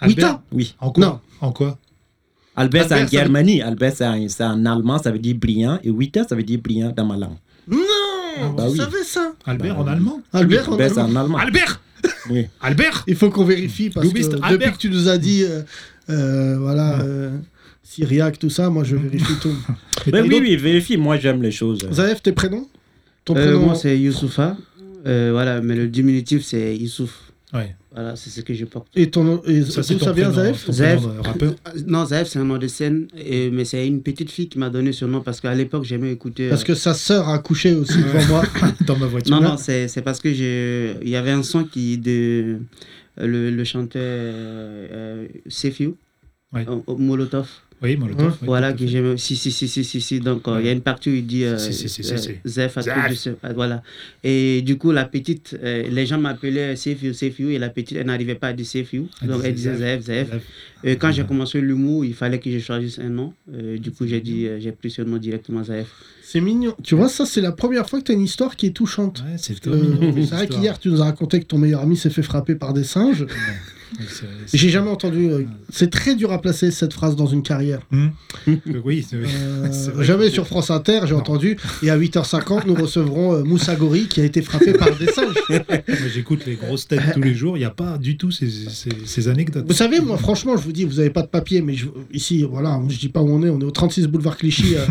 Albert Wita Oui. En quoi Non. En quoi Albert, c'est en Albert, ça veut- Germanie. Albert, c'est en, c'est en allemand, ça veut dire brillant. Et Witter, ça veut dire brillant dans ma langue. Non Bah Vous oui. savez ça Albert Bah, en oui. allemand Albert, on a- Albert, c'est en allemand. Albert Oui. Albert il faut qu'on vérifie parce que Loubiste, depuis Albert. que tu nous as dit, euh, euh, voilà, euh, Syriac, tout ça, moi je vérifie tout. Mais Et Ben oui, donc- oui, vérifie. Moi, j'aime les choses. Zaev, tes prénoms Ton Euh, prénom moi, c'est Youssoufa. Euh, voilà, mais le diminutif, c'est Youssouf. Ouais. Voilà, c'est ce que je porte. Et ton et d'où ton ça vient, prénom, hein. Zaev ton Zaef. prénom de rappeur. (laughs) Ah, Non, Zaev, c'est un nom de scène, et- mais c'est une petite fille qui m'a donné ce nom parce qu'à l'époque, j'aimais écouter. euh, Parce que sa sœur a couché aussi devant moi. Dans ma voiture. Non, non, c'est c'est parce que je- il y avait un son qui de le, le chanteur euh, euh, Sefiu, Ouais. euh, euh, Molotov, Oui, Molotov. oui, voilà, tout à que fait. j'aimais. Si, si, si, si, si, si. Donc, euh, il y a une partie où il dit euh, Si, si, si, si, euh, si. Zef à cause Zef. de ce- ah, Voilà. Et du coup, la petite, euh, les gens m'appelaient Sefiu, Sefiu, et la petite, elle n'arrivait pas à dire Sefiu. Elle Donc, elle disait disait Zef, Zef. Zef. Et quand j'ai commencé l'humour, il fallait que je choisisse un nom. Euh, du coup, j'ai dit, euh, j'ai pris ce nom directement Zef. C'est mignon. Tu vois, ça, c'est la première fois que tu as une histoire qui est touchante. Ouais, c'est Euh, trop mignon, cette c'est vrai histoire. qu'hier, tu nous as raconté que ton meilleur ami s'est fait frapper par des singes. Ouais, c'est- c'est- J'ai jamais entendu. euh, c'est très dur à placer cette phrase dans une carrière. Euh, Oui, c'est- Euh, C'est vrai. jamais sur France Inter, j'ai Non. entendu. Et à 8h50, nous recevrons euh, Moussa Gori qui a été frappé par des (laughs) singes. Moi, j'écoute les grosses têtes tous les jours, il n'y a pas du tout ces, ces- ces anecdotes. Vous savez, moi, franchement, je vous dis, vous n'avez pas de papier, mais je- ici, voilà, je dis pas où on est. On est au 36 boulevard Clichy. euh,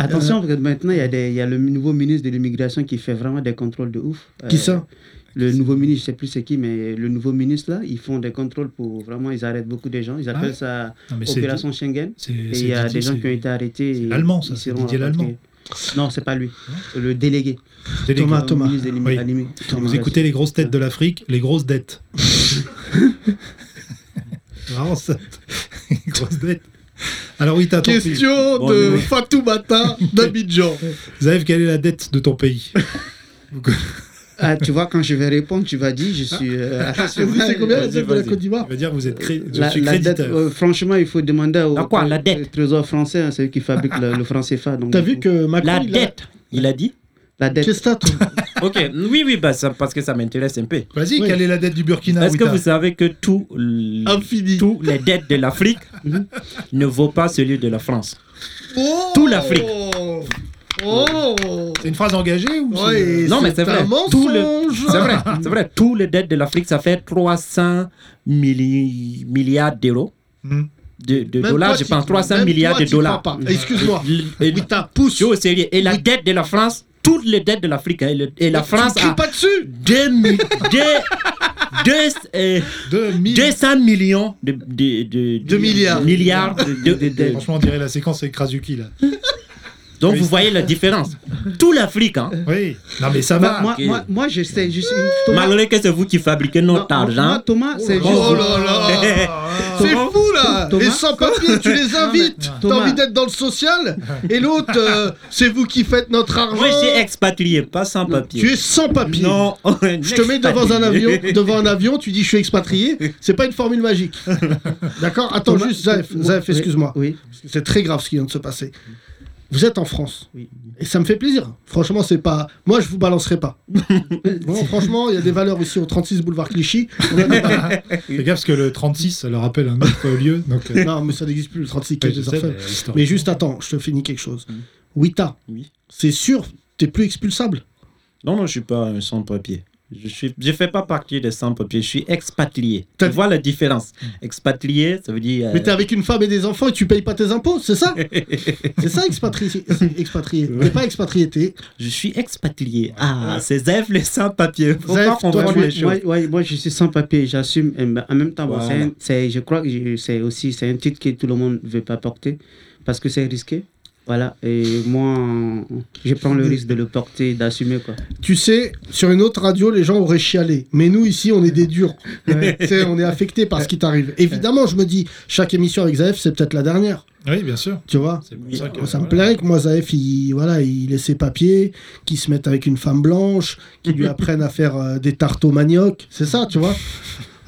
Attention, parce que maintenant, il y, a des- il y a le nouveau ministre de l'immigration qui fait vraiment des contrôles de ouf. qui Euh, ça Le nouveau ministre, je sais plus c'est qui, mais le nouveau ministre, là, ils font des contrôles pour vraiment, ils arrêtent beaucoup de gens. Ils appellent ouais ça Euh, Non, Ah, mais c'est- Opération Schengen. c'est- Et c'est il y a Didier, des gens c'est- qui ont été arrêtés. c'est et l'allemand, ça, ils c'est seront Didier l'Allemand. rapatriés. Non, c'est pas lui. Le délégué. c'est les- Thomas, Le Thomas. ministre de l'immi- Oui. à l'immi- Thomas, Vous écoutez les grosses têtes de l'Afrique, les grosses dettes. C'est Marrant ça. Les grosses dettes. Alors oui, t'as ton pays. Question Bon, de oui. Fatoumata d'Abidjan. Zaev, quelle est la dette de ton pays Ah, tu vois, quand je vais répondre, tu vas dire, je suis. euh, (laughs) Ah, (laughs) Et vous, c'est combien la Vas-y, dette de la vas-y. Côte d'Ivoire Il va dire vous êtes cré- je La, suis la créditeur. dette, euh, franchement, il faut demander au, La quoi, la au- dette au trésor français, hein, celui qui fabrique le, le franc CFA. donc, T'as du vu coup, que Macron. La il a- dette, il a dit. La dette. Qu'est-ce que t'as, toi Ok, oui, oui, bah, ça- parce que ça m'intéresse un peu. Vas-y, Oui. quelle est la dette du Burkina Est-ce que Wita vous savez que tout l- Ah, Infini. Mhm. tous les dettes (laughs) de l'Afrique ne vaut pas celui de la France Oh Tout l'Afrique. Oh C'est une phrase engagée ou Ouais, c'est- euh, et Non, mais c'est un vrai. Tout le- mensonge. C'est vrai, c'est vrai. Tous les dettes de l'Afrique, ça fait 300 milli- milliards d'euros. Hmm. De, de Mhm. Même dollars, toi, je t'y- pense, 300 même milliards toi, de t'y crois dollars. euh, pas. Excuse-moi. Et- Oui, t'as pousse. Je suis au sérieux. Et la dette de la France, toutes les dettes de l'Afrique, hein, et, le- et la France Tu cries a pas dessus. 2 mi- deux- deux- euh, 2000. 200 millions de, de- de- De milliards. milliards de- de- de- de- Franchement, on dirait la séquence avec Krasuki là. Donc vous voyez la différence. Tout l'Afrique, hein, Oui. Non mais Bah, ça Moi, va. moi, ok. moi, moi, je sais, je suis. Thomas, malgré que c'est vous qui fabriquez non, notre moi, argent. Thomas, c'est là. juste- Oh là là C'est fou là Thomas Et sans papier, tu les invites T'as Thomas. envie d'être dans le social Et l'autre, euh, c'est vous qui faites notre argent (laughs) Moi, je suis expatrié, pas sans Tu papier. es sans papier Non, (laughs) Je te mets devant un avion, devant un avion, tu dis je suis expatrié, c'est pas une formule magique. D'accord Attends Thomas- juste, Zaf, Thomas- Zaf, oui, excuse-moi. Oui. C'est très grave ce qui vient de se passer. Vous êtes en France. Oui. Et ça me fait plaisir. Franchement, c'est pas. Moi, je vous balancerai pas. Bon, franchement, il y a des valeurs ici au 36 boulevard Clichy. On a des valeurs. Fais gaffe parce que le 36, ça leur rappelle un autre lieu. Donc, (laughs) euh, non, mais ça n'existe plus, le 36 quai ouais, des je sais, Orfèvres. mais historique. euh, Mais juste attends, je te finis quelque chose. Wita, Mm. Oui. c'est sûr, t'es plus expulsable. Non, non, je suis pas un sans-papier. Je suis, je fais pas partie des sans-papiers. Je suis expatrié. Tu T'as- vois la différence Expatrié, ça veut dire. euh, Mais t'es avec une femme et des enfants et tu payes pas tes impôts, c'est (laughs) ça C'est ça expatrié. expatrié. T'es pas expatrié, t'es je suis expatrié. Ah, c'est Zef les sans-papiers. Faut Zef, pas toi, comprendre tu- les Moi, choses. ouais, moi, je suis sans papier, j'assume. Et ben, En même temps, bon, Voilà. c'est un- c'est- je crois que je- c'est aussi c'est un titre que tout le monde ne veut pas porter parce que c'est risqué. Voilà, et moi, je prends le risque de le porter, d'assumer quoi. Tu sais, sur une autre radio, les gens auraient chialé. Mais nous, ici, on est des durs. Tu sais, on est affectés par ce qui t'arrive. Évidemment, je me dis, chaque émission avec Zaef, c'est peut-être la dernière. Oui, bien sûr. Tu vois C'est pour ça que. oh, ça me voilà. plairait que moi, Zaef, il, voilà, il ait ses papiers, qu'il se mette avec une femme blanche, qu'il (laughs) lui apprenne à faire euh, des tartes au manioc. C'est ça, tu vois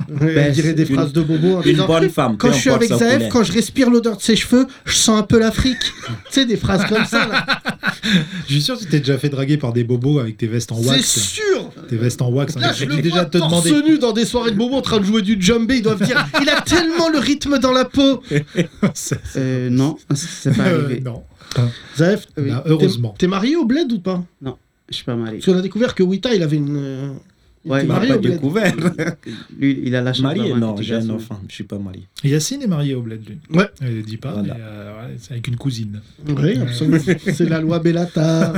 Ben, Il dirait des une- phrases de bobo en Une disant, bonne femme. Quand peu je suis importe avec sa Zaef, (laughs) couleur. quand je respire l'odeur de ses cheveux, je sens un peu l'Afrique. tu sais, des phrases comme ça. Là. Je suis sûr que tu t'es déjà fait draguer par des bobos avec tes vestes en C'est wax. sûr Tes vestes en wax. hein. Là, J'ai je le déjà vois te torse demander. nu dans des soirées de bobo en train de jouer du djembé. Ils doivent dire il (laughs) a tellement le rythme dans la peau. C'est- Euh, non, (laughs) c'est pas Euh, arrivé. non. Zaef, Oui. Bah, heureusement. t'es- t'es marié au bled ou pas Je suis pas marié. Parce qu'on a découvert que Wita, il avait une. euh, il Ouais, était il a m'a marié pas au bled. découvert. Lui, il a la chance Marié, d'avoir un non, petit j'ai un garçon. enfant, je suis pas marié. Yacine est marié au bled, lui. Ouais. Il le dit pas, Voilà. mais euh, ouais, c'est avec une cousine. Oui, Euh, absolument. C'est la loi (laughs) Bellata.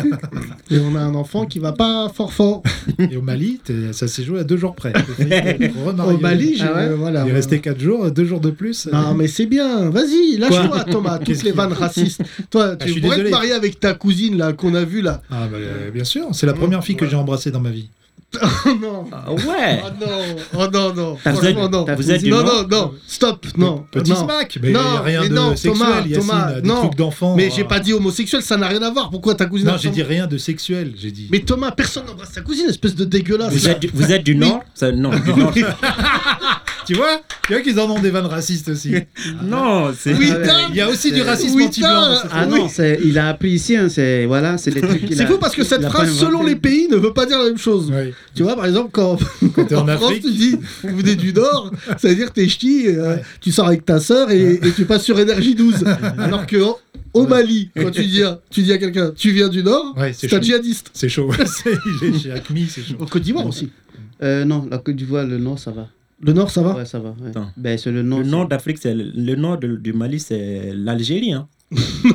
Et on a un enfant qui va pas fort fort. Et au Mali, t'es- ça s'est joué à deux (laughs) jours près. T'as failli être remarié. Au Mali, j'ai- Ah, Ah ouais euh, voilà. Il est resté quatre jours, deux jours de plus. Non, mais c'est bien. Vas-y, lâche-toi, Thomas. Qu'est-ce Toutes les qu'il- Ah, vannes racistes. Toi, je tu suis pourrais désolé. te marier avec ta cousine là qu'on a vue (laughs) là. Ah, bah, euh, bien sûr, c'est la première fille que j'ai embrassée dans ma vie. Oh non. Ah ouais Oh non. Oh non non. T'as- Franchement non. t'as- Vous êtes du Non Nord non non. Stop. Non. Euh, Petit non. smack mais Non, y a rien mais de non, sexuel, Thomas, Yacine, euh, Thomas, des non. trucs d'enfant. Mais j'ai euh, pas dit homosexuel, ça n'a rien à voir. Pourquoi ta cousine a Non, j'ai ressemblé- dit rien de sexuel, j'ai dit. Mais Thomas, personne n'embrasse ta cousine, espèce de dégueulasse. (laughs) vous êtes, du- vous êtes du Nord Ça, Non, (laughs) du Nord. Tu vois Tu vois qu'ils en ont des vannes racistes aussi. Ah, non, c'est. Oui, Il y a aussi du racisme Oui, anti-blanc. putain. Ah non, c'est- il a appris ici, hein, c'est voilà, c'est des trucs. qu'il C'est a- fou parce que cette il a pas phrase, selon inventé. les pays, ne veut pas dire la même chose. Ouais. Tu vois, par exemple, quand, Quand t'es en en France, Afrique, tu dis, vous venez du Nord, ça veut dire que t'es ch'ti, euh, tu sors avec ta sœur et, et tu passes sur énergie (laughs) 12. Alors que en- au Mali, quand tu dis, à- tu dis à quelqu'un, tu viens du Nord, Ouais, c'est c'est un chaud. djihadiste. c'est chaud. (laughs) C'est- il est chez Acme, c'est chaud. En Côte d'Ivoire aussi. Euh, non, la Côte d'Ivoire, le Nord, ça va. Le Nord, ça va Ouais, ça va. ouais. Attends. Ben, c'est le Nord. Le c'est- Nord d'Afrique, c'est le- le Nord de- du Mali, c'est l'Algérie. Hein.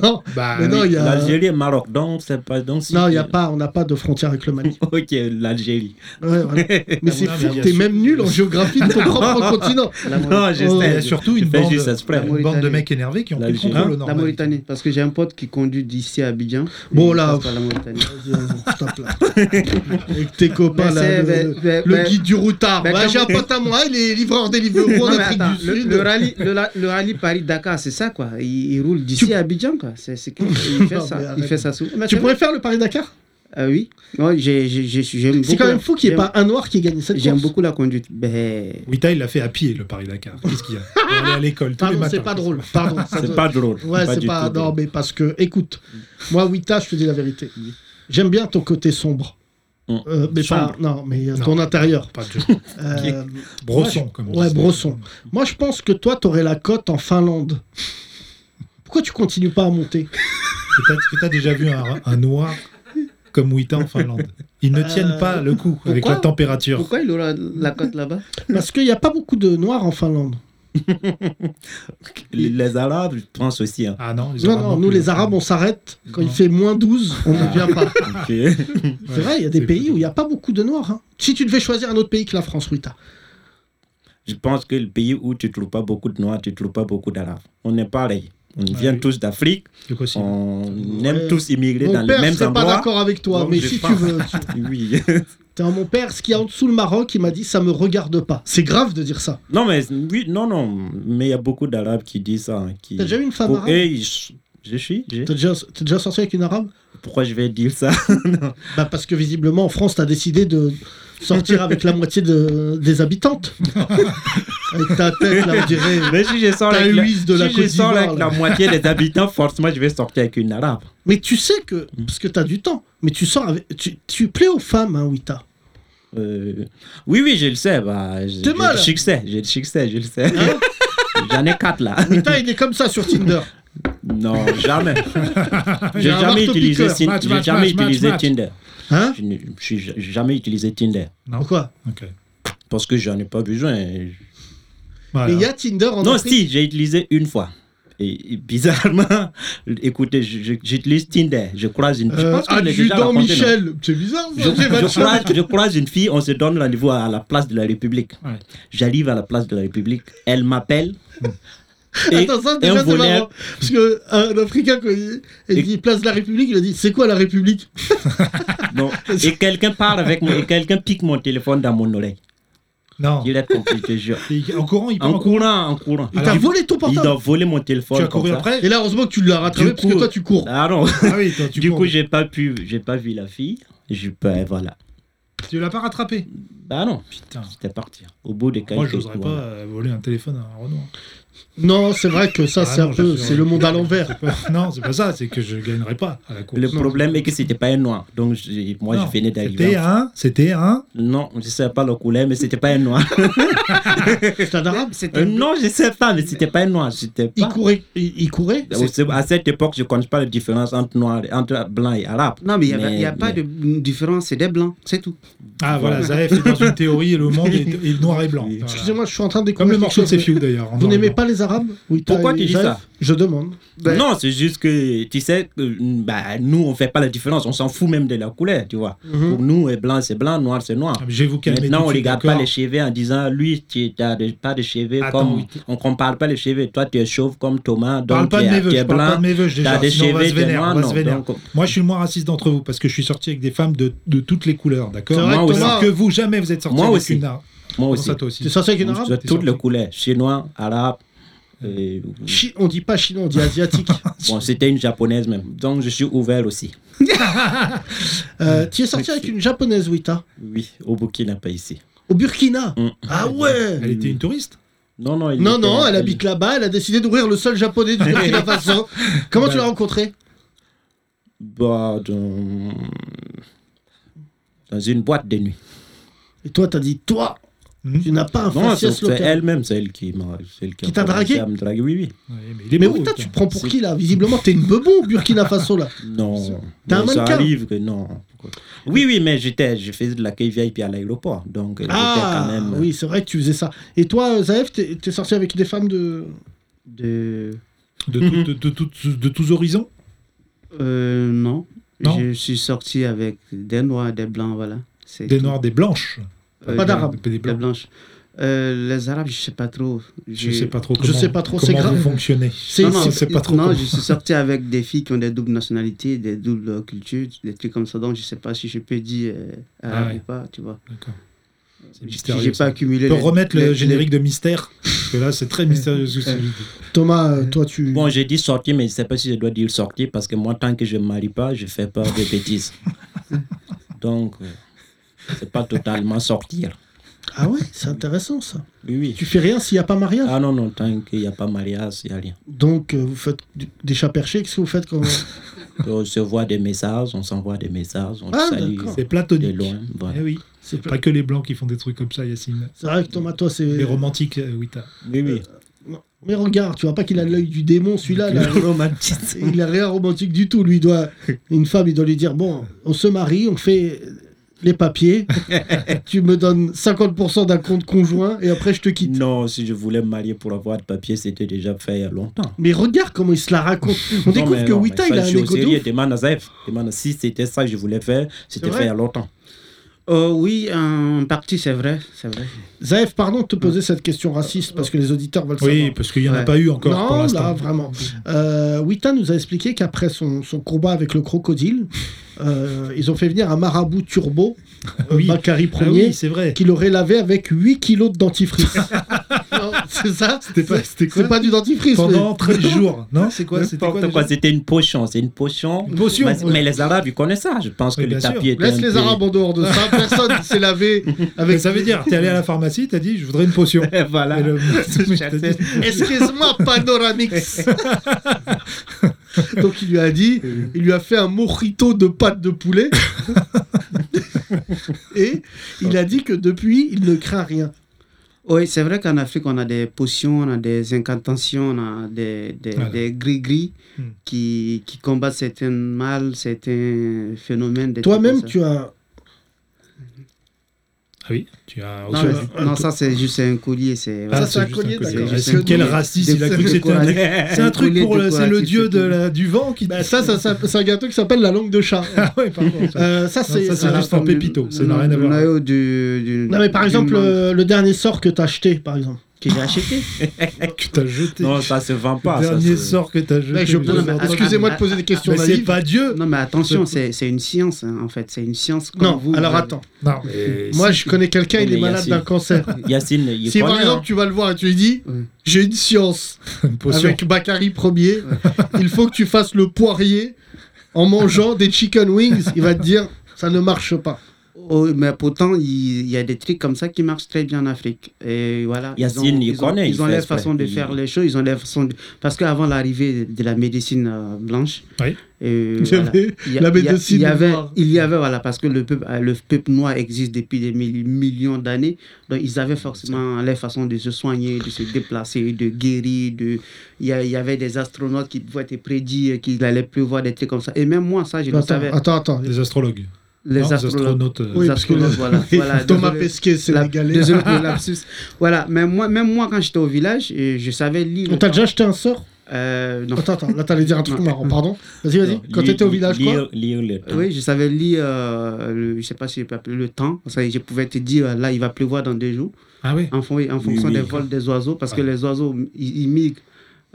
Non, Bah, mais non, il y a. L'Algérie et le Maroc, donc c'est pas donc. si- Non, il y a pas, on n'a pas de frontière avec le (laughs) Mali. (laughs) Ok, l'Algérie. Ouais, voilà. Mais c'est Ah, fou, mais il y a t'es sur- même nul en géographie de ton propre (laughs) continent. (laughs) La Maurit- Non, Oh, Il y j'espère. a surtout Tu une fais bande, juste exprès. une bande de mecs énervés qui ont plus le L'Algérie. Hein contrôle au Nord. La Mauritanie, parce que j'ai un pote qui conduit d'ici à Abidjan. et Bon, il là, passe par la Mauritanie. Vas-y, vas-y, tape là. (laughs) Avec tes copains Mais là. c'est- ben, Le, mais- mais- le mais- guide du routard. mais Ouais, comme- j'ai un pote à moi, il est livreur des livres (laughs) Non, en mais Afrique attends, du le, Sud. le rallye, le, la- le rallye Paris-Dakar, c'est ça quoi. Il, il roule d'ici à Abidjan quoi. C'est, c'est (laughs) que- il fait Non, mais ça. Il arrête. fait ça souvent. Mais Tu c'est pourrais faire le Paris-Dakar vrai. Ah oui. Ouais, j'ai, j'ai, euh, j'ai- j'aime beaucoup C'est quand même la- fou qu'il n'y ait j'aime- pas un noir qui ait gagné cette J'aime course. beaucoup la conduite. Ben, Wita, il l'a fait à pied, le Paris-Dakar. Qu'est-ce qu'il y a Il est à l'école tous les Pardon, matins. c'est pas drôle. Pardon. ça C'est doit- pas drôle. Ouais, c'est du pas. tout Non, drôle. mais parce que, écoute, moi, Wita, je te dis la vérité. J'aime bien ton côté sombre. Hum. Euh, mais pas, non, mais euh, ton intérieur. Pas de jeu. Euh, Brosson, ouais, comme on Ouais, dit. Brosson. Moi, je pense que toi, t'aurais la cote en Finlande. Pourquoi tu continues pas à monter Et t'as- Est-ce que t'as déjà vu un, un noir comme Wita en Finlande Ils ne tiennent Euh, pas le coup avec pourquoi la température. pourquoi il aura la cote là-bas Parce qu'il n'y a pas beaucoup de noirs en Finlande. Les, les Arabes, je pense aussi. Hein. Ah non, les Non, Arabes non, nous plus. les Arabes, on s'arrête. Quand il Non. fait moins 12, on ne vient pas. Ok. C'est vrai, il y a des c'est pays plutôt- où il n'y a pas beaucoup de noirs. hein. Si tu devais choisir un autre pays que la France, Rita. (laughs) je pense que le pays où tu trouves pas beaucoup de Noirs, tu trouves pas beaucoup d'Arabes. On est pareil. On vient oui. tous d'Afrique. C'est possible. On Ah Ouais. aime tous immigrer Mon dans père, les je mêmes serais pas endroits. d'accord avec toi, Donc, mais je si (laughs) pars. tu veux. tu- (laughs) Oui. T'es un mon père, ce qui est en dessous le Maroc, il m'a dit ça me regarde pas. C'est grave de dire ça. Non, mais oui, non, non. Mais il y a beaucoup d'Arabes qui disent ça. hein, Qui... T'as déjà eu une femme Pour arabe eux, ils- Je suis. j'ai- T'es déjà, t'es déjà sorti avec une arabe Pourquoi je vais dire ça (laughs) Bah parce que visiblement en France, t'as décidé de sortir avec la moitié de- des (laughs) habitantes. avec ta tête là, on dirait. Mais si je sors T'as avec, eu la... Luis de la si je Côte sors avec d'Ivoire, la là. moitié (laughs) des habitants, forcément, je vais sortir avec une arabe. Mais tu sais que parce que t'as du temps, mais tu sors avec, tu, tu plais aux femmes, hein, Wita. Euh, Oui, oui, je le sais. Bah, je- T'es j'ai mal. Ah le succès, j'ai le succès, je le sais. (laughs) J'en ai (laughs) quatre là. Wita, il est comme ça sur (laughs) Tinder. Non, jamais. J'ai J'ai un jamais marteau utilisé, piqueur. Tin- Match, j'ai match, jamais match, utilisé match, match. Tinder. Hein Je n'ai je n'ai jamais utilisé Tinder Non Oh. Pourquoi Ok. parce que j'en ai pas besoin. Voilà. Mais il y a Tinder en Non, Afrique. si, j'ai utilisé une fois. Et, et bizarrement, (laughs) écoutez, je- je- j'utilise Tinder. Je croise une. je Euh, que je l'ai déjà adjudant raconté, non Michel, c'est bizarre. Je, ça, j'ai pas de je chance. croise, je croise une fille, on se donne rendez-vous à la place de la République. Ouais. J'arrive à la place de la République, elle (laughs) m'appelle. Et Attends, ça, un déjà, c'est volet- marrant. Parce que un Africain, quand il, il Et- dit place de la République, il a dit c'est quoi la République non, et quelqu'un parle avec moi, et quelqu'un pique mon téléphone dans mon oreille. Non. Il est compris, je te jure. Et En courant, il part En en courant. courant, en courant. Il Alors, t'a il- volé ton Il portable. doit voler mon téléphone. Tu as comme couru ça. après Et là, heureusement que tu l'as rattrapé Du parce que coup- toi, tu cours. Ah non. Ah oui, toi, tu Du cours. coup, j'ai pas pu, j'ai pas vu la fille. Je peux, voilà. Tu l'as pas rattrapé Bah non, Putain. c'était parti. Au bout des Moi, quelques j'oserais pas euh, voler un téléphone à un Renault. Non, c'est vrai que ça, Ah c'est non, un je peu. suis- C'est le monde à l'envers. (laughs) non, c'est pas ça, c'est que je gagnerais pas à la course. Le problème est que c'était pas un noir. Donc j'ai- moi, Non, je venais C'était d'arriver. en- un, c'était un. Non, je sais pas le couleur, mais c'était pas (laughs) un noir. C'est un arabe. C'était Euh, non, je sais pas, mais c'était pas un noir. C'était Il pas. courait. Il, il courait. Au- c'est- À cette époque, je ne connais pas la différence entre, noir, entre blanc et arabe. Non, mais il n'y a, Mais- pas de différence, c'est des blancs, c'est tout. Ah voilà, Zaef est dans une théorie et le monde est, est noir et blanc. (laughs) Voilà. Excusez-moi, je suis en train de Comme découvrir. le morceau de quelque chose. Sefiu d'ailleurs. en Vous noir et n'aimez blanc. pas les arabes Oui, t'as- Pourquoi tu dis Jeff, ça Je demande. Ben- Non, c'est juste que, tu sais, que, mm, bah, nous, on fait pas la différence. On s'en fout même de la couleur, tu vois. Mhm. Pour nous, eh, blanc, c'est blanc, noir, c'est noir. Ah, mais Je vais vous calmer. Maintenant, tout de on suite, regarde pas d'accord les cheveux en disant, lui, tu n'as pas de cheveux Attends, comme... oui. On compare pas les cheveux. Toi, tu es chauve comme Thomas, Parle donc pas tu de mes es, vœux, tu je es parle pas blanc. de mes vœux, je t'as déjà, des sinon on va cheveux, se t'es vénère, noir, on va se non, vénère. donc- Moi, je suis le moins raciste d'entre vous parce que je suis sorti avec des femmes de, de toutes les couleurs, d'accord C'est vrai Moi que aussi. Thomas, Alors que vous, jamais vous êtes sorti Moi avec aussi. une arabe. Moi aussi. ça, toi aussi. T'es sorti avec une arabe De t'es toutes les sorti. couleurs. Chinois, arabe... (laughs) euh, Chi- On dit pas chinois, on dit asiatique. bon, c'était une japonaise même. Donc, je suis ouvert aussi. Euh, tu es sorti avec une japonaise, Wita. Oui, au Burkina, pas ici. Au Burkina. Mm. Ah ouais Elle était une touriste Non, non, il Non, était- non, elle habite là-bas, elle a décidé d'ouvrir le seul japonais (laughs) du Burkina Faso. Comment tu l'as rencontré Bah, dans... dans une boîte de nuit. Et toi, t'as dit, toi, Mhm. tu n'as pas un Non, c'est faciès c'est local. elle-même, c'est elle qui m'a. celle Qui t'a a commencé dragué à me draguer, oui, oui. Ouais, mais il est Mais beau, Wita, putain. tu prends pour qui là Visiblement, t'es une bebon au Burkina Faso (laughs) là. Non. T'as mais un ça mannequin arrive que non. Oui, oui, mais j'étais, je faisais de l'accueil VIP à l'aéroport, donc euh, Ah, j'étais quand même. oui, c'est vrai que tu faisais ça. Et toi, euh, Zaev, t'es t'es sorti avec des femmes de. De... De, tout- de, de, tout- de tous horizons Euh, non. Non. Je suis sorti avec des noirs, des blancs, voilà. C'est Des tout. noirs, des blanches Euh, pas des- d'arabes. Des, des Des blancs. blanches. Euh, les arabes, je sais pas trop. Je sais pas trop Je comment, sais pas trop, c'est comment grave. vous fonctionnez. C'est- non, non, je sais pas trop non comment. je suis sorti avec des filles qui ont des doubles nationalités, des doubles euh, cultures, des trucs comme ça. Donc, je sais pas si je peux dire euh, arabe Ah ouais. ou pas, tu vois. D'accord. C'est Si mystérieux. j'ai ça. pas accumulé. On peut les- remettre les- le les- générique de mystère Parce que là, c'est très mystérieux ce que je dis. Thomas, euh, toi, tu. Bon, j'ai dit sortir, mais je ne sais pas si je dois dire sortir, parce que moi, tant que je ne me marie pas, je fais pas de (laughs) bêtises. donc, euh, c'est pas totalement sortir. Ah ouais, c'est intéressant ça. Oui, oui. Tu fais rien s'il n'y a pas mariage. Ah non, non, tant qu'il n'y a pas mariage, il n'y a rien. Donc, euh, vous faites du- des chats perchés, qu'est-ce que vous faites (laughs) quand. On se voit des messages, on s'envoie des messages, on Ah, se salue d'accord. C'est de platonique. loin. voilà. Eh oui, C'est pas que les blancs qui font des trucs comme ça, Yacine. c'est vrai que Thomas, toi, c'est. Les romantiques, euh, Wita. Oui, oui. Mais regarde, tu vois pas qu'il a l'œil du démon, celui-là. là. romantisme. Il a rien romantique du tout. Lui il doit une femme, il doit lui dire bon, on se marie, on fait les (laughs) papiers. tu me donnes 50% d'un compte conjoint et après je te quitte. Non, si je voulais me marier pour avoir de papier, c'était déjà fait il y a longtemps. Mais regarde comment il se la raconte. On découvre que Wita, il a un égo de ouf. Demande à Zaef. Demande à- si c'était ça que je voulais faire, c'était vrai fait il y a longtemps. Euh, oui, en partie, c'est vrai. C'est vrai. Zaev, pardon de te poser cette question raciste parce que les auditeurs veulent Oui, savoir. parce qu'il n'y en a Ouais. pas eu encore pour Non, l'instant. là, vraiment. Euh, Wita nous a expliqué qu'après son, son combat avec le (laughs) crocodile, euh, ils ont fait venir un marabout turbo, euh, Oui. Bakary Ah Ier, oui, c'est vrai. qu'il aurait lavé avec 8 kilos de (laughs) dentifrice. Non, c'est ça C'était pas- c'était quoi C'est pas du dentifrice. Pendant mais- (laughs) 13 jours. Non, c'est quoi C'était quoi, N'importe quoi, déjà c'était une potion. C'est une potion. Une potion, Mais, ouais. mais les Arabes, ils connaissent ça. Je pense Oui, que le bien sûr. tapis était. Laisse un les peu- Arabes en dehors de ça. Personne s'est (laughs) lavé Mais avec. Ça veut dire, t'es allé à la pharmacie, t'as dit, je voudrais une potion. (laughs) voilà. Ah, Et (laughs) le- mais t'as dit- Excuse-moi, (laughs) Panoramix. Donc il lui a dit, il lui a fait un mojito de pâte de (laughs) poulet. Et il a dit que depuis, il ne craint rien. Oui, c'est vrai qu'en Afrique, on a des potions, on a des incantations, on a des, des, Voilà. des gris-gris Hmm. qui, qui combattent certains mal, certains phénomènes. des Toi-même, trucs tu as. Ah oui, tu as comme ça. aussi- Non, mais- non, ça, c'est juste un collier. C'est ça, Ah, c'est un juste collier, un collier. d'accord. Yacine, Parce que Quel nous, raciste, il a des cru que c'était un. colliers (laughs) C'est un truc collier pour le. C'est le décoratif, dieu c'est de tout. la- du vent qui. Bah, ça, ça, ça- c'est un gâteau qui s'appelle la langue de chat. Ah ouais, pardon. ça. Euh, ça, c'est. ça, c'est euh, juste un pépito, ça n'a rien à voir. noyau du, du- Non mais par du exemple monde euh, le dernier sort que t'as acheté par exemple. que (laughs) j'ai acheté. (laughs) que t'as jeté. Non, ça se vend le pas. Ah, ça, dernier c'est- sort que t'as jeté. Mec, je mais- pose- mais attends, Excusez-moi de mais- poser des questions Mais c'est naïves. pas Dieu. Non, mais attention, c'est c'est une science, hein, en fait. C'est une science comme Non, vous. euh, alors vous- attends. Non, mais Moi je connais quelqu'un, il Mais est malade Yacine. d'un cancer. Yacine, il Si connaît. par exemple tu vas le voir et tu lui dis Oui. j'ai une science une potion. avec Bakary Ier, il faut que tu fasses le poirier en mangeant des chicken wings, il va te dire ça ne marche pas. Oh, mais pourtant, il il y a des trucs comme ça qui marchent très bien en Afrique. Et voilà. ils Yacine, ont- il ils ont, connaît, Ils il ont fait leur exprès. façon de Il- faire les choses. Ils ont leur façon de- Parce qu'avant l'arrivée de la médecine euh, blanche, Oui. euh, (laughs) Il y voilà, avait il y a- la il y a- médecine il y avait, noire. il y avait, voilà, parce que le peuple, euh, le peuple noir existe depuis des mille- millions d'années. Donc, ils avaient forcément leur façon de se soigner, de se déplacer, de guérir. De... Il, y a- il y avait des astronautes qui pouvaient te prédire qu'il allait pleuvoir, des trucs comme ça. Et même moi, ça, je le Attends, savais. attends, attends. Les astrologues. Les Non, les astrologues. astronautes, euh, Les Oui, parce que astrologues, (laughs) voilà. voilà (laughs) Thomas désolé. Pesquet, La- sénégalais. (laughs) Désolé pour le lapsus. Voilà, mais moi, même moi, quand j'étais au village, euh, je savais lire. On t'a déjà acheté un sort Euh, non. Attends, attends, là t'allais dire un truc Non. marrant, pardon. Vas-y, vas-y. hein. Non, Quand lire- t'étais au village, quoi lire, lire le temps. Oui, je savais lire, euh, le- je sais pas si je peux appeler le temps. Ça, je pouvais te dire, euh, là, il va pleuvoir dans deux jours, Ah oui en, fon- en fonction des oui. vols des oiseaux, parce que les oiseaux, ils, ils migrent.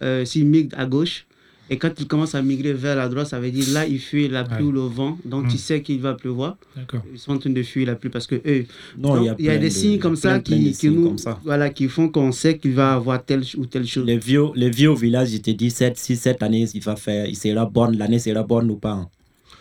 Euh, S'ils migrent à gauche, et quand ils commencent à migrer vers la droite, ça veut dire, là, ils fuient la pluie Ouais. ou le vent, donc Mm. Hmm. tu sais qu'il va pleuvoir. D'accord. Ils sont en train de fuir la pluie parce que eux, Non, Donc, il y a plein des de- signes comme ça plein- plein de qui, qui signes nous, comme ça. voilà, qui font qu'on sait qu'il va avoir telle ou telle chose. Les vieux, les vieux au village, ils te disent cette, si cette année il va faire, il sera bonne, l'année sera bonne ou pas. hein.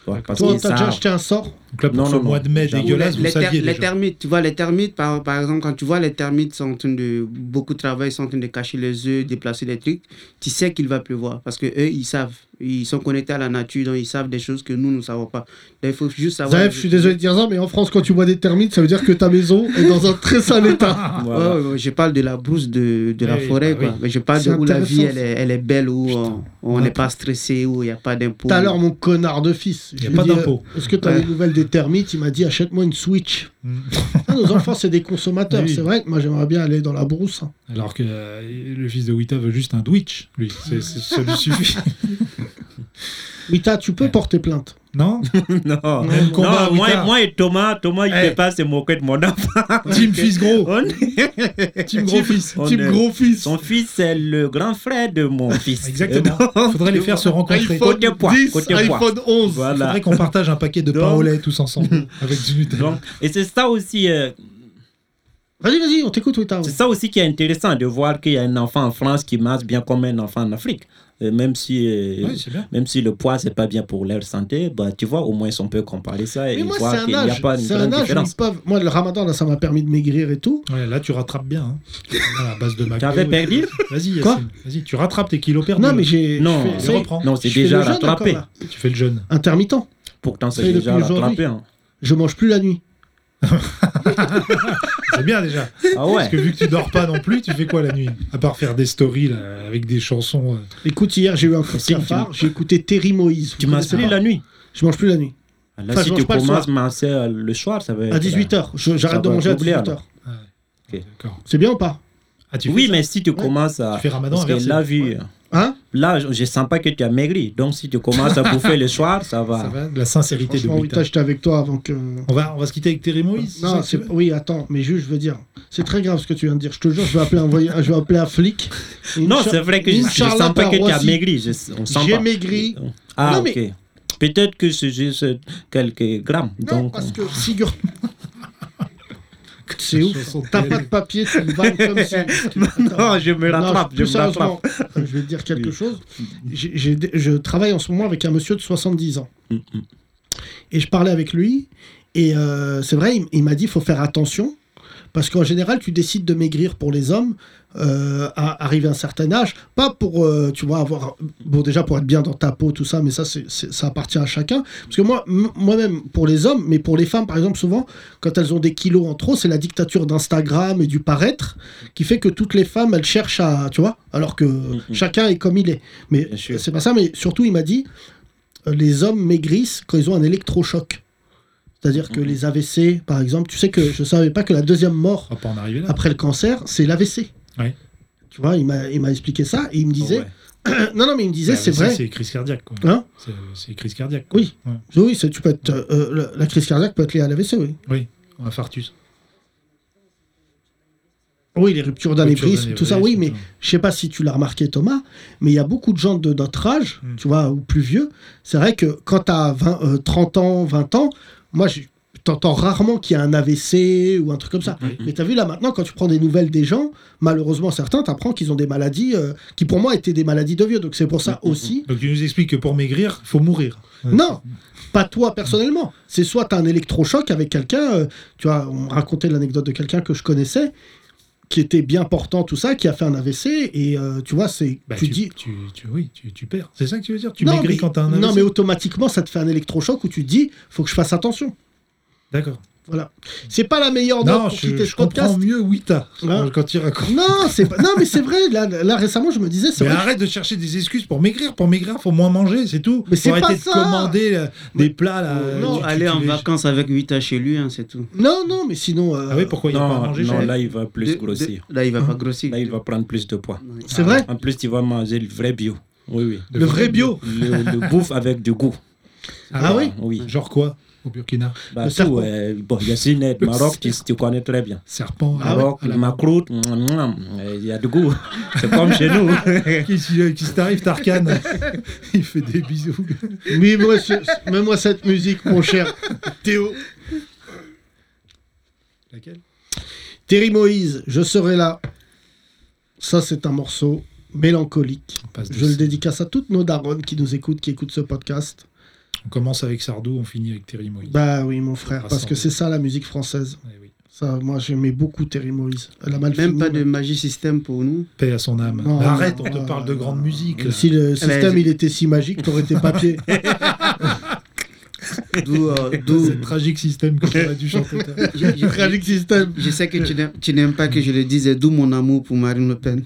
Tu vois, Parce Toi, qu'ils t'as déjà savent. acheté un sort Donc là, pour Non, ce non, mois non. de mai J'avoue, dégueulasse, les, vous les ter- saviez les déjà. termites, tu vois, les termites, par, par exemple, quand tu vois les termites sont en train de beaucoup travailler, sont en train de cacher les œufs, déplacer les trucs, tu sais qu'il va pleuvoir parce que eux, ils savent, ils sont connectés à la nature, donc ils savent des choses que nous, nous ne savons pas. Donc, il faut juste Ah savoir. Zaev, je suis désolé de dire ça, mais en France, quand tu bois des termites, ça veut dire que ta maison est dans un très sale (laughs) état. Ouais, Voilà. ouais, ouais, je parle de la brousse de, de la Oui, forêt, bah quoi. oui. Mais Je parle de C'est où la vie, elle intéressant, est, elle est belle, où on- on n'est d'accord. pas stressé, où il n'y a pas d'impôts. Tout à l'heure, mon connard de fils. Y a je lui pas dis, d'impôt. euh, Est-ce que t'as Ouais. des nouvelles des termites Il m'a dit achète-moi une Switch. Mm. Ah, nos enfants, c'est des consommateurs. Oui. C'est vrai que moi, j'aimerais bien aller dans la brousse. hein. Alors que euh, le fils de Wita veut juste un Twitch, lui. C'est- c'est- ça lui (laughs) suffit. Wita, tu peux porter plainte. Non Non, Même Non, combat, moi, Wita. moi et Thomas, Thomas, il Eh. ne peut pas se moquer de (laughs) mon enfant. Team fils (laughs) gros On- Team gros fils on Team est- gros fils Son fils, c'est le grand frère (laughs) de mon fils. Euh, Exactement. Faudrait les faire se rencontrer. Côté poids, 10, côté poids. iPhone 11. Voilà. Faudrait qu'on partage un paquet de pain Donc- au lait tous (laughs) ensemble avec du Nutella. Donc, et c'est ça aussi, euh, Vas-y, vas-y, on t'écoute, Wita. c'est ça aussi qui est intéressant de voir qu'il y a un enfant en France qui marche bien comme un enfant en Afrique, Euh, même si. euh, Oui, c'est bien. même si le poids c'est pas bien pour leur santé, bah tu vois au moins on peut comparer ça Mais et moi, c'est voir un qu'il n'y a âge. pas une C'est un grande âge où ils différence. peuvent. Moi, le ramadan, là, ça m'a permis de maigrir et tout. Ouais, là, tu rattrapes bien. Hein. À la (laughs) base de McDo. avais perdu Vas-y, Quoi Yacine. Vas-y, tu rattrapes tes kilos perdus. Non, mais j'ai. Non, je il fais- ça y est, reprend. Non, c'est je fais déjà le jeûne rattrapé. encore, là. Tu fais le jeûne. Intermittent. Pourtant Ça y c'est est, déjà depuis aujourd'hui. rattrapé. hein. Je mange plus la nuit. C'est bien déjà. Ah Parce que ouais. vu que tu dors pas non plus, tu fais quoi la nuit À part faire des stories là, avec des chansons. euh. Écoute, hier, j'ai eu un coup de Signe, tu cafard. m'as- J'ai écouté Terry Moïse. Vous Tu m'as connaissez pris pas la nuit. Je mange plus la nuit. Là, Enfin, je si mange tu pas le commences à manger euh, le soir, ça va être. À 18h. Ça J'arrête de va manger à doubler, 18h. alors. D'accord. C'est bien ou pas Ah, tu Oui, fais ça mais si tu commences à. Tu fais ramadan Parce que inversé. là, vu, Hein là, je je sens pas que tu as maigri. Donc, si tu commences à bouffer le soir, ça va. Ça va, de la sincérité de Franchement, Wita, Wita. j'étais avec toi avant que. On va, on va se quitter avec Terry Moïse c'est ça Non, que tu c'est veux oui, attends, mais juste je veux dire, c'est très grave ce que tu viens de dire. Je te jure, je vais appeler un, voy- je vais appeler un flic. (laughs) Non, c'est vrai que je, je Inch'Allah sens pas que tu as Paroissi. maigri. Je- on sent J'ai pas. maigri. Ah, Non, mais- ok. Peut-être que c'est juste euh, quelques grammes. Non, donc, parce que figure. (laughs) C'est ouf. chanson T'as terrible. pas de papier, tu me vannes comme si. non, je me rattrape. plus je me rattrape. sérieusement, euh, je vais te dire quelque Oui. chose. J'ai- j'ai- je travaille en ce moment avec un monsieur de 70 ans. Mm, Et je parlais avec lui. Et euh, c'est vrai, il, il m'a dit faut faire attention. Parce qu'en général, tu décides de maigrir pour les hommes euh, à arriver à un certain âge. Pas pour, euh, tu vois, avoir. Bon, déjà pour être bien dans ta peau, tout ça, mais ça, c'est- c'est- ça appartient à chacun. Parce que moi, m- moi-même, pour les hommes, mais pour les femmes, par exemple, souvent, quand elles ont des kilos en trop, c'est la dictature d'Instagram et du paraître qui fait que toutes les femmes, elles cherchent à, tu vois, alors que chacun est comme il est. Mais Mm-hmm. Bien sûr. c'est pas ça, mais surtout, il m'a dit, euh, les hommes maigrissent quand ils ont un électrochoc. C'est-à-dire Mm-hmm. que les AVC, par exemple, tu sais que je savais pas que la deuxième mort On va pas en arriver là. après le cancer, c'est l'AVC. Ouais. Tu vois, il m'a il m'a expliqué ça et il me disait, Ouais. (coughs) non, non, mais il me disait, Bah, c'est ça, vrai. C'est crise cardiaque, quoi. Hein C'est- c'est crise cardiaque. Oui. Ouais. oui, c'est- tu peux être, euh, euh, la- la crise cardiaque peut être liée à l'AVC, oui. Oui, un infarctus. Oui, les ruptures d'anévrisme, tout ça, oui, mais je sais pas si tu l'as remarqué, Thomas, mais il y a beaucoup de gens de notre âge, Mm. tu vois, ou plus vieux. C'est vrai que quand tu as 20, euh, 30 ans, 20 ans, moi, j'ai- t'entends rarement qu'il y a un AVC ou un truc comme ça. Mais t'as vu là maintenant, quand tu prends des nouvelles des gens, malheureusement certains, t'apprends qu'ils ont des maladies euh, qui pour moi étaient des maladies de vieux. Donc c'est pour ça aussi. Donc tu nous expliques que pour maigrir, il faut mourir. Ouais. Non, pas toi personnellement. C'est soit t'as un électrochoc avec quelqu'un. euh, tu vois, on me racontait l'anecdote de quelqu'un que je connaissais qui était bien portant, tout ça, qui a fait un AVC et euh, tu vois, c'est Bah, tu dis. tu, tu- oui, tu, tu perds. C'est ça que tu veux dire Tu Non, maigris mais- quand t'as un Non, AVC? mais automatiquement, ça te fait un électrochoc où tu te dis, faut que je fasse attention. D'accord. Voilà. C'est pas la meilleure note Non, pour quitter je, ce je comprends podcast. mieux Wita Hein quand il raconte. Non, c'est pas... non, mais c'est vrai. Là, là, récemment, je me disais, c'est Mais ah. vrai. arrête de chercher des excuses pour maigrir. Pour maigrir, faut moins manger, c'est tout. Mais Faut c'est arrêter pas de ça. commander euh, des plats là. euh, Non, tu- tu- aller tu en les- vacances avec 8 chez lui, hein, c'est tout. Non, non, mais sinon. euh, Ah oui, pourquoi il n'a pas Non, mangé non, chez- là, il va plus De- grossir. de- Là, il va pas grossir. Là, il va prendre plus de poids. Ouais. C'est Ah vrai En plus, tu vas manger le vrai bio. Oui, oui. Le vrai bio. Le, le bouffe avec du goût. Ah oui Oui. Genre quoi Au Burkina Bah, Le tout, serpent. euh, bon, Yassine, Maroc, tu, tu connais très bien. Serpent. Ah à la- Maroc, à la- Macroute, mouam, mouam, euh, il y a (laughs) du goût. C'est comme chez nous. Qu'est-ce qui- Qu'est-ce qui t'arrive, Tarkan Il fait des bisous. Mais moi, ce- mais moi, cette musique, mon cher Théo. Laquelle Terry Moïse, je serai là. Ça, c'est un morceau mélancolique. on, passe de- Je le dédicace à toutes nos daronnes qui nous écoutent, qui écoutent ce podcast. on commence avec Sardou, on finit avec Terry Moïse. Bah oui, mon frère, parce que Rassemblés. c'est ça la musique française. Eh oui. Ça, moi, j'aimais beaucoup Terry Moïse. Elle a mal Même fini, pas mais- de magie système pour nous. Paix à son âme. Non, Arrête, non, on te non, parle non, de non, grande non. musique. là. Eh ben, Si le système je- il était si magique, t'aurais tes papiers. D'où, euh, d'où- C'est tragique système que tu dû chanter. je- je- Tragique système. Je sais que tu n'aimes- tu n'aimes pas que je le dise, et d'où mon amour pour Marine Le Pen.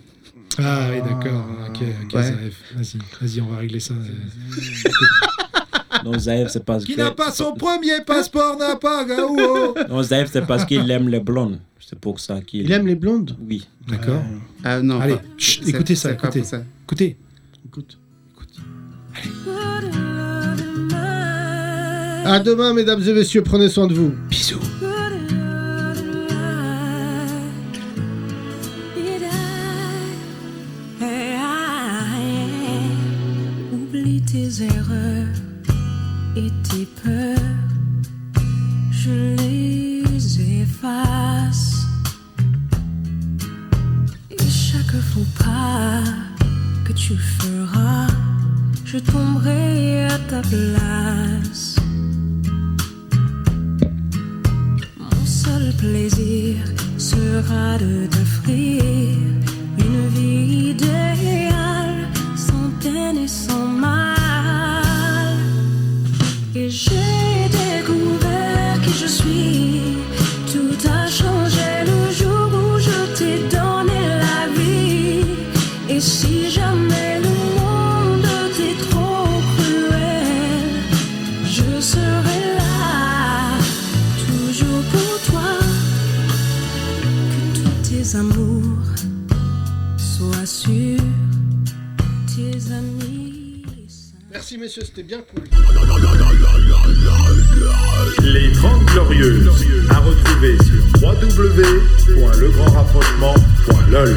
(laughs) Ah oui, d'accord. Ok, ok, Ouais. Zaref. Vas-y, vas-y, on va régler ça. Non, Zaev, c'est (laughs) parce Qui que- n'a pas son premier passeport n'a pas Gaou. Non, Zaev, c'est parce qu'il aime les blondes. C'est pour ça qu'il. Il aime les blondes. Oui. D'accord. Ah non, Allez, pas- chut, c'est- écoutez ça, c'est pas écoutez. pour ça. Écoutez. Écoute. Écoute. À demain, mesdames et messieurs, prenez soin de vous. Bisous. Oublie tes erreurs et tes peurs, je les efface. Et chaque faux pas que tu feras, je tomberai à ta place. Mon seul plaisir sera de t'offrir une vie idéale, sans peine et sans mal. Et j'ai découvert qui je suis. Tout a changé le jour où je t'ai donné la vie. Et si jamais le monde t'est trop cruel, je serai là, toujours pour toi. Que tous tes amours soient sûrs, tes amis. Merci, messieurs, c'était bien cool. Les 30 Glorieuses, à retrouver sur www.legrandrapprochement.lol.